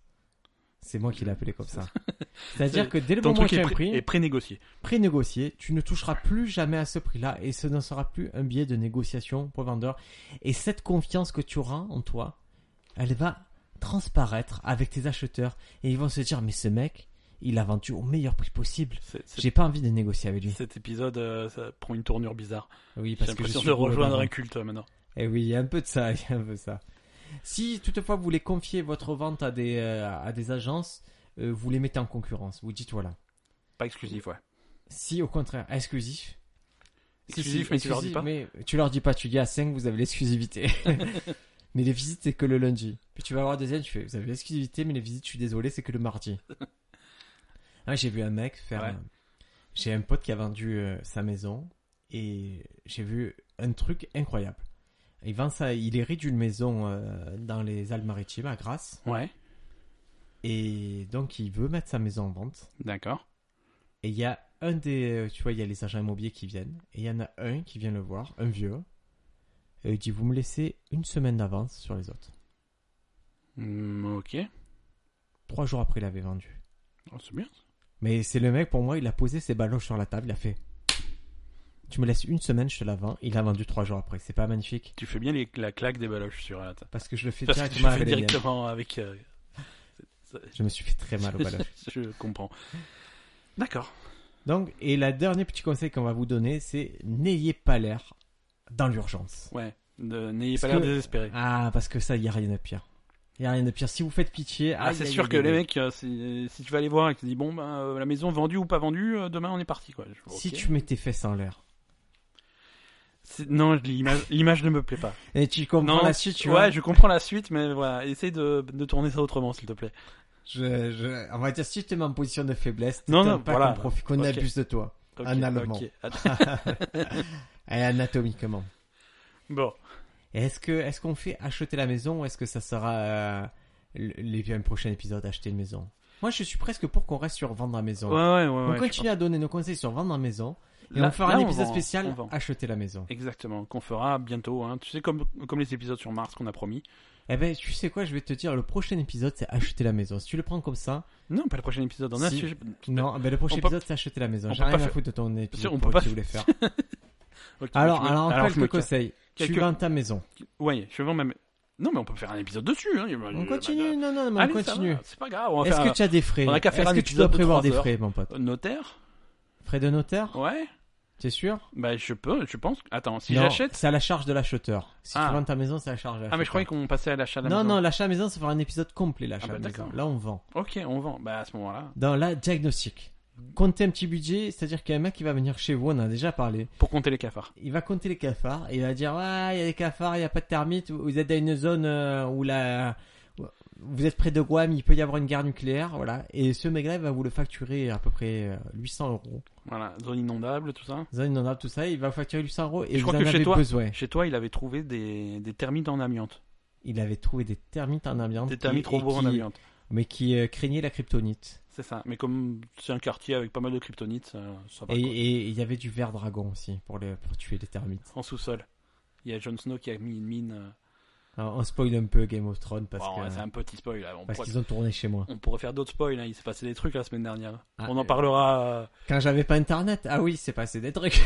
C: C'est moi qui l'ai appelé comme ça. C'est-à-dire que dès le
B: Ton
C: moment où tu
B: truc
C: as
B: est,
C: un
B: pré-
C: prix
B: est pré-négocié.
C: pré-négocié, tu ne toucheras plus jamais à ce prix-là et ce ne sera plus un biais de négociation pour le vendeur. Et cette confiance que tu auras en toi, elle va transparaître avec tes acheteurs et ils vont se dire mais ce mec, il a vendu au meilleur prix possible.
B: C'est- c'est-
C: J'ai pas envie de négocier avec lui.
B: Cet épisode euh, ça prend une tournure bizarre.
C: Oui,
B: J'ai
C: parce que je
B: l'impression
C: suis
B: de rejoindre
C: gourmand.
B: un culte euh, maintenant.
C: Eh oui, il y a un peu de ça, il y a un peu de ça. Si toutefois vous voulez confier votre vente à des, euh, à des agences, euh, vous les mettez en concurrence. Vous dites voilà.
B: Pas exclusif, ouais.
C: Si au contraire, exclusif, Si, si,
B: Exclusif, mais tu leur dis
C: exclusif,
B: pas.
C: Mais tu leur dis pas, tu dis à 5, vous avez l'exclusivité. mais les visites, c'est que le lundi. Puis tu vas voir deuxième, tu fais, vous avez l'exclusivité, mais les visites, je suis désolé, c'est que le mardi. Ah, j'ai vu un mec faire.
B: Ouais.
C: un- J'ai un pote qui a vendu euh, sa maison et j'ai vu un truc incroyable. Il vend ça, il hérite d'une maison euh, dans les Alpes-Maritimes à Grasse
B: Ouais,
C: et donc il veut mettre sa maison en vente.
B: d'accord.
C: Et il y a un des, euh, tu vois, il y a les agents immobiliers qui viennent. Et il y en a un qui vient le voir, un vieux. Et il dit, vous me laissez une semaine d'avance sur les autres.
B: Hmm, ok.
C: Trois jours après, il avait vendu.
B: Oh, c'est bien.
C: Mais c'est le mec, pour moi, il a posé ses ballons sur la table, il a fait, tu me laisses une semaine, je te la vends. Il a vendu trois jours après. C'est pas magnifique
B: Tu fais bien les- la claque des baloches sur la table.
C: Parce que je le fais
B: Parce que tu
C: directement
B: fais
C: avec les miennes.
B: directement avec. euh, c'est- c'est-
C: Je me suis fait très mal au ballon.
B: je comprends. D'accord.
C: Donc, et la dernier petit conseil qu'on va vous donner, c'est n'ayez pas l'air dans l'urgence.
B: Ouais. Ne- N'ayez
C: Parce
B: pas l'air
C: que-
B: désespéré.
C: Ah, parce que ça, il n'y a rien de pire. Il n'y a rien de pire. Si vous faites pitié.
B: Ah,
C: aïe,
B: c'est
C: aïe,
B: sûr
C: aïe,
B: que
C: aïe,
B: les
C: aïe.
B: mecs, euh, si, si tu vas les voir et que tu dis bon ben euh, la maison vendue ou pas vendue, euh, demain on est parti quoi. Je-
C: Si
B: ok.
C: tu mets tes fesses en l'air.
B: C'est- non l'image l'image ne me plaît pas.
C: Et tu comprends
B: non
C: la suite, tu
B: ouais,
C: vois.
B: je comprends la suite, mais voilà, essaye de, de tourner ça autrement s'il te plaît.
C: Je- je- On va dire, si tu te mets en position de faiblesse,
B: Non,
C: t'étonnes
B: non,
C: pas
B: voilà.
C: qu'on profite, qu'on
B: Ok.
C: abuse de toi.
B: Ok,
C: Un Allemand.
B: ok. Att-
C: Et anatomiquement.
B: bon,
C: Et Est-ce que, est-ce qu'on fait acheter la maison ou est-ce que ça sera, euh, le, les- un prochain épisode, acheter une maison? Moi, je suis presque pour qu'on reste sur vendre la maison.
B: ouais ouais ouais.
C: on
B: ouais, je
C: continue à donner nos conseils sur vendre la maison.
B: pense-
C: Et
B: là-
C: on fera
B: là,
C: un épisode
B: vend, on
C: spécial,
B: vend.
C: acheter la maison.
B: Exactement, qu'on fera bientôt. Hein. Tu sais comme comme les épisodes sur Mars qu'on a promis.
C: Eh ben, tu sais quoi, je vais te dire, le prochain épisode, c'est acheter la maison. Si tu le prends comme ça,
B: Non, pas le prochain épisode. On a un
C: Si.
B: sujet-
C: non, ben le prochain
B: on peut-
C: épisode, c'est acheter la maison.
B: on
C: J'ai
B: peut
C: rien
B: pas
C: à
B: faire-
C: foutre de ton
B: Sûr,
C: épisode
B: on
C: pour
B: peut pas
C: que tu voulais faire.
B: Ok,
C: alors,
B: je me-
C: alors,
B: je me
C: quelques
B: tiens.
C: conseils.
B: Quelques- Mmh,
C: Tu vends ta maison.
B: Ouais, je vends même. Non, mais on peut faire un épisode dessus. Hein.
C: On continue, non, non, mais
B: Allez,
C: on
B: ça
C: continue.
B: va, C'est pas grave. On va
C: Est-ce
B: faire
C: que tu as des frais
B: on a qu'à faire
C: Est-ce
B: un
C: que tu
B: épisode
C: dois
B: de
C: prévoir
B: 30
C: des
B: heures.
C: frais, mon pote
B: un notaire.
C: Frais de notaire
B: Ouais.
C: T'es sûr
B: Bah, je peux. Je pense. Attends, si
C: Non,
B: j'achète.
C: C'est à la charge de l'acheteur. Si
B: Ah.
C: tu vends ta maison, c'est à la charge de l'acheteur.
B: Ah, mais je croyais qu'on passait à l'achat de la
C: Non,
B: maison.
C: non, l'achat de maison, ça fera un épisode complet, l'achat
B: Ah, bah,
C: de maison.
B: d'accord.
C: Là, on vend.
B: Ok, on vend. Bah, à ce moment-là.
C: Dans la diagnostic.
B: Mmh.
C: Comptez un petit budget, c'est-à-dire qu'il y a un mec qui va venir chez vous, on en a déjà parlé.
B: Pour compter les cafards.
C: il va compter les cafards et il va dire ouais il y a des cafards il y a pas de termites vous êtes dans une zone euh, où la vous êtes près de Guam il peut y avoir une guerre nucléaire voilà et ce mec-là il va vous le facturer à peu près euh, 800 euros
B: Voilà, zone inondable, tout ça.
C: zone inondable tout ça il va vous facturer 800 euros et
B: Je
C: vous en
B: crois que chez
C: avez
B: toi-
C: besoin
B: Chez toi, il avait trouvé des, des termites en amiante.
C: il avait trouvé des termites en amiante
B: Des
C: qui-
B: termites
C: et
B: robots en
C: qui-
B: amiante.
C: mais qui euh, craignaient la kryptonite
B: C'est ça. Mais comme c'est un quartier avec pas mal de kryptonites, ça, ça va.
C: et
B: quoi.
C: et- et il y avait du ver dragon aussi pour les pour tuer les termites
B: En sous-sol. Il y a Jon Snow qui a mis une mine. euh,
C: Alors, on spoil un peu Game of Thrones parce
B: Bon,
C: que-
B: c'est un petit spoil. là. On,
C: parce
B: pourrait,
C: qu'ils ont tourné chez moi.
B: on pourrait faire d'autres spoils. hein. Il s'est passé des trucs la semaine dernière.
C: Ah,
B: on en
C: euh,
B: parlera. euh,
C: Quand j'avais pas internet, ah oui, c'est passé des trucs.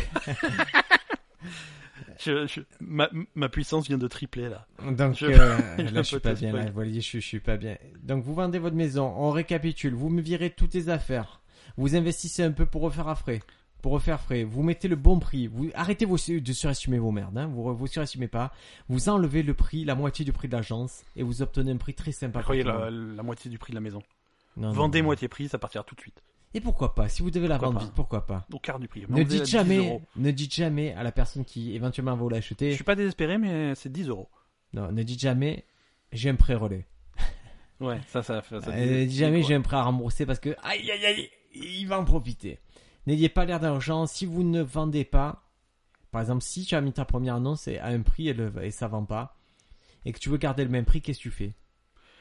B: je- je- ma, ma puissance vient de tripler là.
C: Donc euh,
B: Je- je
C: là, je suis
B: peux
C: pas
B: te
C: bien. Là,
B: spoil.
C: vous voyez, je, je suis pas bien. Donc vous vendez votre maison, on récapitule. Vous me virez toutes les affaires. Vous investissez un peu pour refaire à frais, pour refaire frais. Vous mettez le bon prix. Vous arrêtez vos, de surestimer vos merdes. Hein. Vous vous surestimez pas. Vous enlevez le prix, la moitié du prix de l'agence, et vous obtenez un prix très sympa. pour
B: Croyez
C: tout le
B: la,
C: monde.
B: la moitié du prix de la maison.
C: Non, non,
B: Vendez
C: non.
B: moitié prix, ça partira tout de suite.
C: Et pourquoi pas Si vous devez la
B: Pourquoi
C: vendre
B: pas
C: vite, pourquoi pas
B: Au quart du prix.
C: Ne
B: Vendez-la
C: dites
B: 10
C: jamais,
B: euros.
C: ne dites jamais à la personne qui éventuellement va vous
B: Je
C: l'acheter.
B: suis pas désespéré, mais c'est 10 euros.
C: Non, ne dites jamais. J'ai un prêt relais.
B: Ouais, ça, ça, ça, ça-
C: Euh,
B: c'est
C: jamais
B: quoi.
C: j'ai un prêt à rembourser parce que aïe aïe aïe, il va en profiter. N'ayez pas l'air d'argent si vous ne vendez pas. Par exemple, si tu as mis ta première annonce et- à un prix et, le, et ça vend pas, et que tu veux garder le même prix, qu'est-ce que tu fais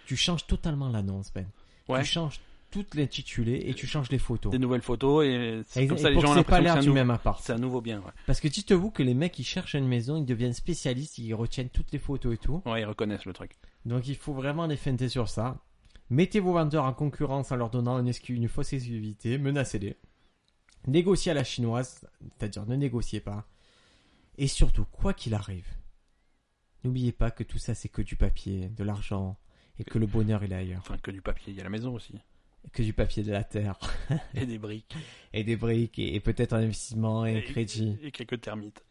C: Tu changes totalement l'annonce, Ben.
B: Ouais.
C: Tu changes toute l'intitulé et tu changes les photos.
B: Des nouvelles photos et
C: Et-
B: c'est comme
C: et
B: ça les
C: pour
B: gens ont
C: que c'est pas
B: l'impression que
C: l'air
B: c'est un,
C: du
B: nou-
C: même appart.
B: c'est un nouveau bien. Ouais.
C: Parce que dites-vous que les mecs qui cherchent une maison, ils deviennent spécialistes, ils retiennent toutes les photos et tout.
B: ouais, ils reconnaissent le truc.
C: Donc il faut vraiment les feinter sur ça. Mettez vos vendeurs en concurrence en leur donnant une, excu- une fausse exclusivité, menacez-les. Négociez à la chinoise, c'est-à-dire ne négociez pas. Et surtout, quoi qu'il arrive, n'oubliez pas que tout ça c'est que du papier, de l'argent, et que le bonheur il est ailleurs.
B: Enfin, que du papier, il y a la maison aussi.
C: Que du papier de la terre,
B: Et des briques.
C: et des briques, et, et peut-être un investissement, et un crédit.
B: Et quelques termites.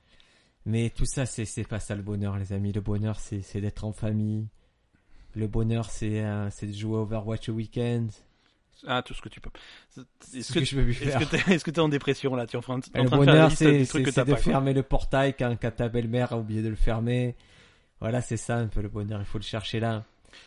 C: Mais tout ça, c'est c'est pas ça le bonheur, les amis. Le bonheur, c'est c'est d'être en famille. Le bonheur, c'est euh, c'est de jouer à Overwatch le week-end.
B: Ah, tout ce que tu peux. C'est-
C: ce
B: Est-ce
C: que,
B: que,
C: je peux lui
B: est-ce
C: faire.
B: que t'es est-ce que t'es en dépression là Tu es en train de, en
C: le
B: train de faire la
C: bonheur,
B: liste
C: c'est
B: des trucs que
C: c'est-
B: t'as
C: c'est de
B: pas. quoi.
C: fermer le portail quand, quand ta belle-mère a oublié de le fermer. Voilà, c'est ça un peu le bonheur. Il faut le chercher là.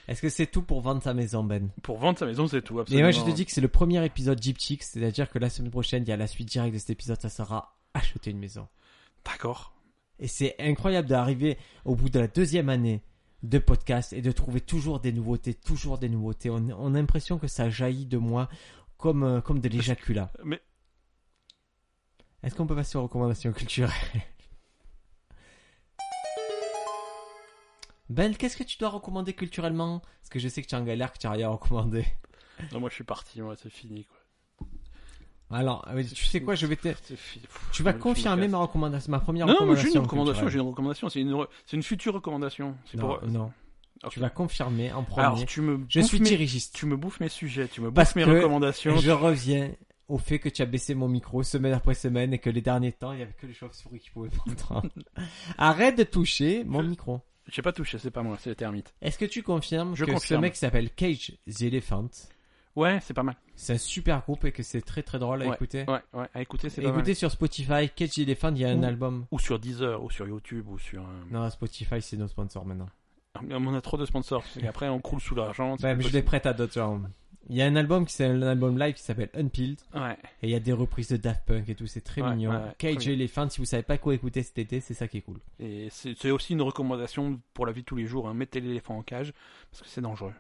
C: Est-ce que c'est tout pour vendre sa maison, Ben
B: Pour vendre sa maison, c'est tout.
C: Et
B: Absolument.
C: moi, je te dis que c'est le premier épisode Gyptic, c'est-à-dire que la semaine prochaine, il y a la suite directe de cet épisode, ça sera acheter une maison.
B: D'accord.
C: Et c'est incroyable d'arriver au bout de la deuxième année de podcast et de trouver toujours des nouveautés, toujours des nouveautés. On, on a l'impression que ça jaillit de moi comme, euh, comme de l'éjaculat.
B: Mais-
C: Est-ce qu'on peut passer aux recommandations culturelles Ben, qu'est-ce que tu dois recommander culturellement Parce que je sais que tu es en galère, que tu n'as rien recommandé.
B: Non, moi, je suis parti. Moi, c'est fini. Quoi.
C: Alors, euh, tu sais quoi, je vais te...
B: C'est fini.
C: Tu vas
B: Je me
C: confirmer
B: casse.
C: ma recommandation, ma première
B: Non, non, mais
C: recommandation.
B: j'ai
C: culturelle.
B: une recommandation. J'ai une recommandation. C'est une, re- c'est une future recommandation. C'est
C: Non,
B: pour.
C: non.
B: Ok.
C: Tu vas confirmer en premier.
B: Alors, tu me.
C: je
B: bouffes
C: suis
B: mes-
C: dirigiste.
B: Tu me bouffes mes sujets. Tu me
C: Parce
B: bouffes mes
C: que
B: recommandations.
C: Je reviens au fait que tu as baissé mon micro semaine après semaine et que les derniers temps, il n'y avait que les chauves-souris qui pouvaient m'entendre. Arrête de toucher mon
B: Je-
C: micro.
B: J'ai pas touché. C'est pas moi. C'est les termites.
C: Est-ce que tu confirmes
B: Je
C: que ce
B: confirme.
C: mec qui s'appelle Cage the Elephant,
B: Ouais, c'est pas mal.
C: c'est un super groupe et que c'est très très drôle à écouter
B: Ouais, ouais. À écouter, c'est pas mal.
C: Écoutez sur Spotify, Cage the Elephant, il y a un
B: Ouh.
C: album.
B: Ou sur Deezer, ou sur YouTube, ou sur. euh,
C: Non, Spotify, c'est nos sponsors maintenant.
B: On a trop de sponsors. parce qu'après, on croule sous l'argent. c'est
C: Ouais, Bah,
B: pas
C: mais je les
B: possible.
C: prête à d'autres gens. Il y a un album qui c'est un album live qui s'appelle Unpeeled
B: Ouais.
C: et il y a des reprises de Daft Punk et tout, c'est très
B: Ouais,
C: mignon.
B: ouais, ouais,
C: Cage
B: très
C: the Elephant, si vous savez pas quoi écouter cet été, c'est ça qui est cool.
B: Et c'est c'est aussi une recommandation pour la vie de tous les jours. hein. Mettez l'éléphant en cage parce que c'est dangereux.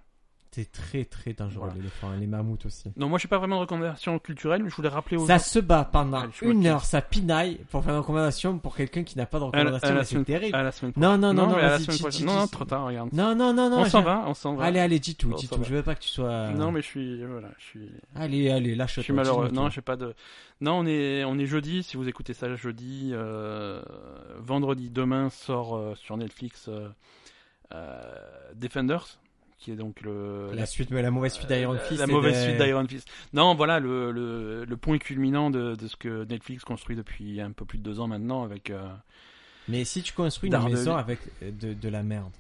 C: C'est très très dangereux
B: Voilà.
C: l'éléphant et les mammouths aussi.
B: Non, moi, je suis pas vraiment de recommandation culturelle, mais je voulais rappeler aux
C: Ça se bat pendant
B: Allez, je vois
C: une
B: qui-
C: heure, ça pinaille pour faire une recommandation pour quelqu'un qui n'a pas de
B: À la- à
C: recommandation,
B: la
C: mais c'est
B: semaine-
C: terrible.
B: à la semaine
C: Non, non, non, non,
B: mais à la
C: vas-y,
B: semaine
C: dis- dis-
B: prochaine. Non, non,
C: dis-
B: trop tard, regarde.
C: Non, non, non, non,
B: on s'en
C: j'ai-
B: va, on s'en va.
C: Allez, euh, allez, dis tout,
B: On
C: dis
B: s'en
C: tout,
B: va.
C: je veux pas que tu sois...
B: Non, mais je suis, voilà, je suis,
C: Allez, allez, lâche
B: je suis malheureux. Non, j'ai pas de. Non, on est, on est jeudi. Si vous écoutez ça jeudi, euh, vendredi, demain sort euh, sur Netflix euh, euh, Defenders, qui est donc le
C: La suite, mais la mauvaise suite d'Iron
B: euh,
C: Fist.
B: La
C: et
B: mauvaise
C: de-
B: suite d'Iron Fist. Non, voilà le, le, le point culminant de, de ce que Netflix construit depuis un peu plus de deux ans maintenant avec. euh,
C: Mais si tu construis une
B: Daredevil.
C: maison avec euh, de, de la merde,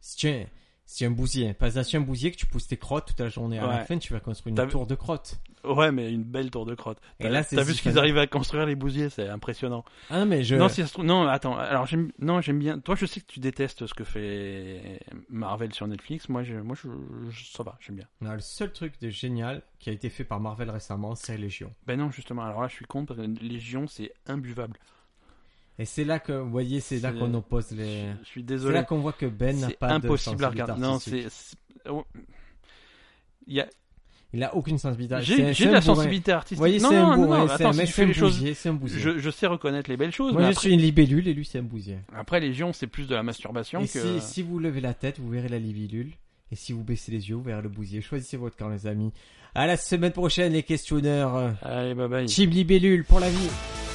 C: si tu es, si tu es un bousier, pas si tu es un bousier que tu pousses tes crottes toute la journée, à la
B: Ouais.
C: fin tu vas construire
B: T'as
C: une
B: vu-
C: tour de crottes.
B: Ouais, mais une belle tour de crotte.
C: Et
B: T'as
C: là, c'est
B: t'as vu ce qu'ils
C: Stephen-
B: arrivent à construire les bousiers, c'est impressionnant.
C: Ah non, mais je...
B: Non, si ça se trouve- non, attends. Alors j'aime, non, j'aime bien. Toi, je sais que tu détestes ce que fait Marvel sur Netflix. Moi, je, moi, je, je- ça va, j'aime bien.
C: Non, le seul truc de génial qui a été fait par Marvel récemment, c'est Légion.
B: Ben non, justement. Alors là, je suis contre. parce que Légion, c'est imbuvable.
C: Et c'est là que, vous voyez, c'est là
B: C'est-
C: qu'on oppose les.
B: Je, je suis
C: C'est
B: désolé.
C: là qu'on voit que Ben n'a
B: C'est
C: pas de
B: impossible à
C: sensibilité
B: regarder. Non,
C: artistique.
B: c'est. c'est- oh. Il y a,
C: Il a aucune sensibilité. C'est un-
B: J'ai j'ai
C: c'est
B: de
C: un
B: la
C: bourrin.
B: sensibilité artistique.
C: Vous voyez,
B: non,
C: c'est un
B: non, non,
C: bourrin,
B: non,
C: c'est
B: attends,
C: un
B: si
C: mec,
B: tu
C: c'est
B: fais
C: un
B: les choses.
C: bousier, c'est un bousier.
B: Je, je sais reconnaître les belles choses,
C: Moi,
B: mais
C: je
B: après,
C: suis une libellule et lui, c'est un bousier.
B: après, les gens, c'est plus de la masturbation
C: Et
B: que.
C: si, si vous levez la tête, vous verrez la libellule. Et si vous baissez les yeux, vous verrez le bousier. Choisissez votre camp, les amis. À la semaine prochaine, les questionneurs.
B: Allez, bye bye.
C: Team Libellule pour la vie.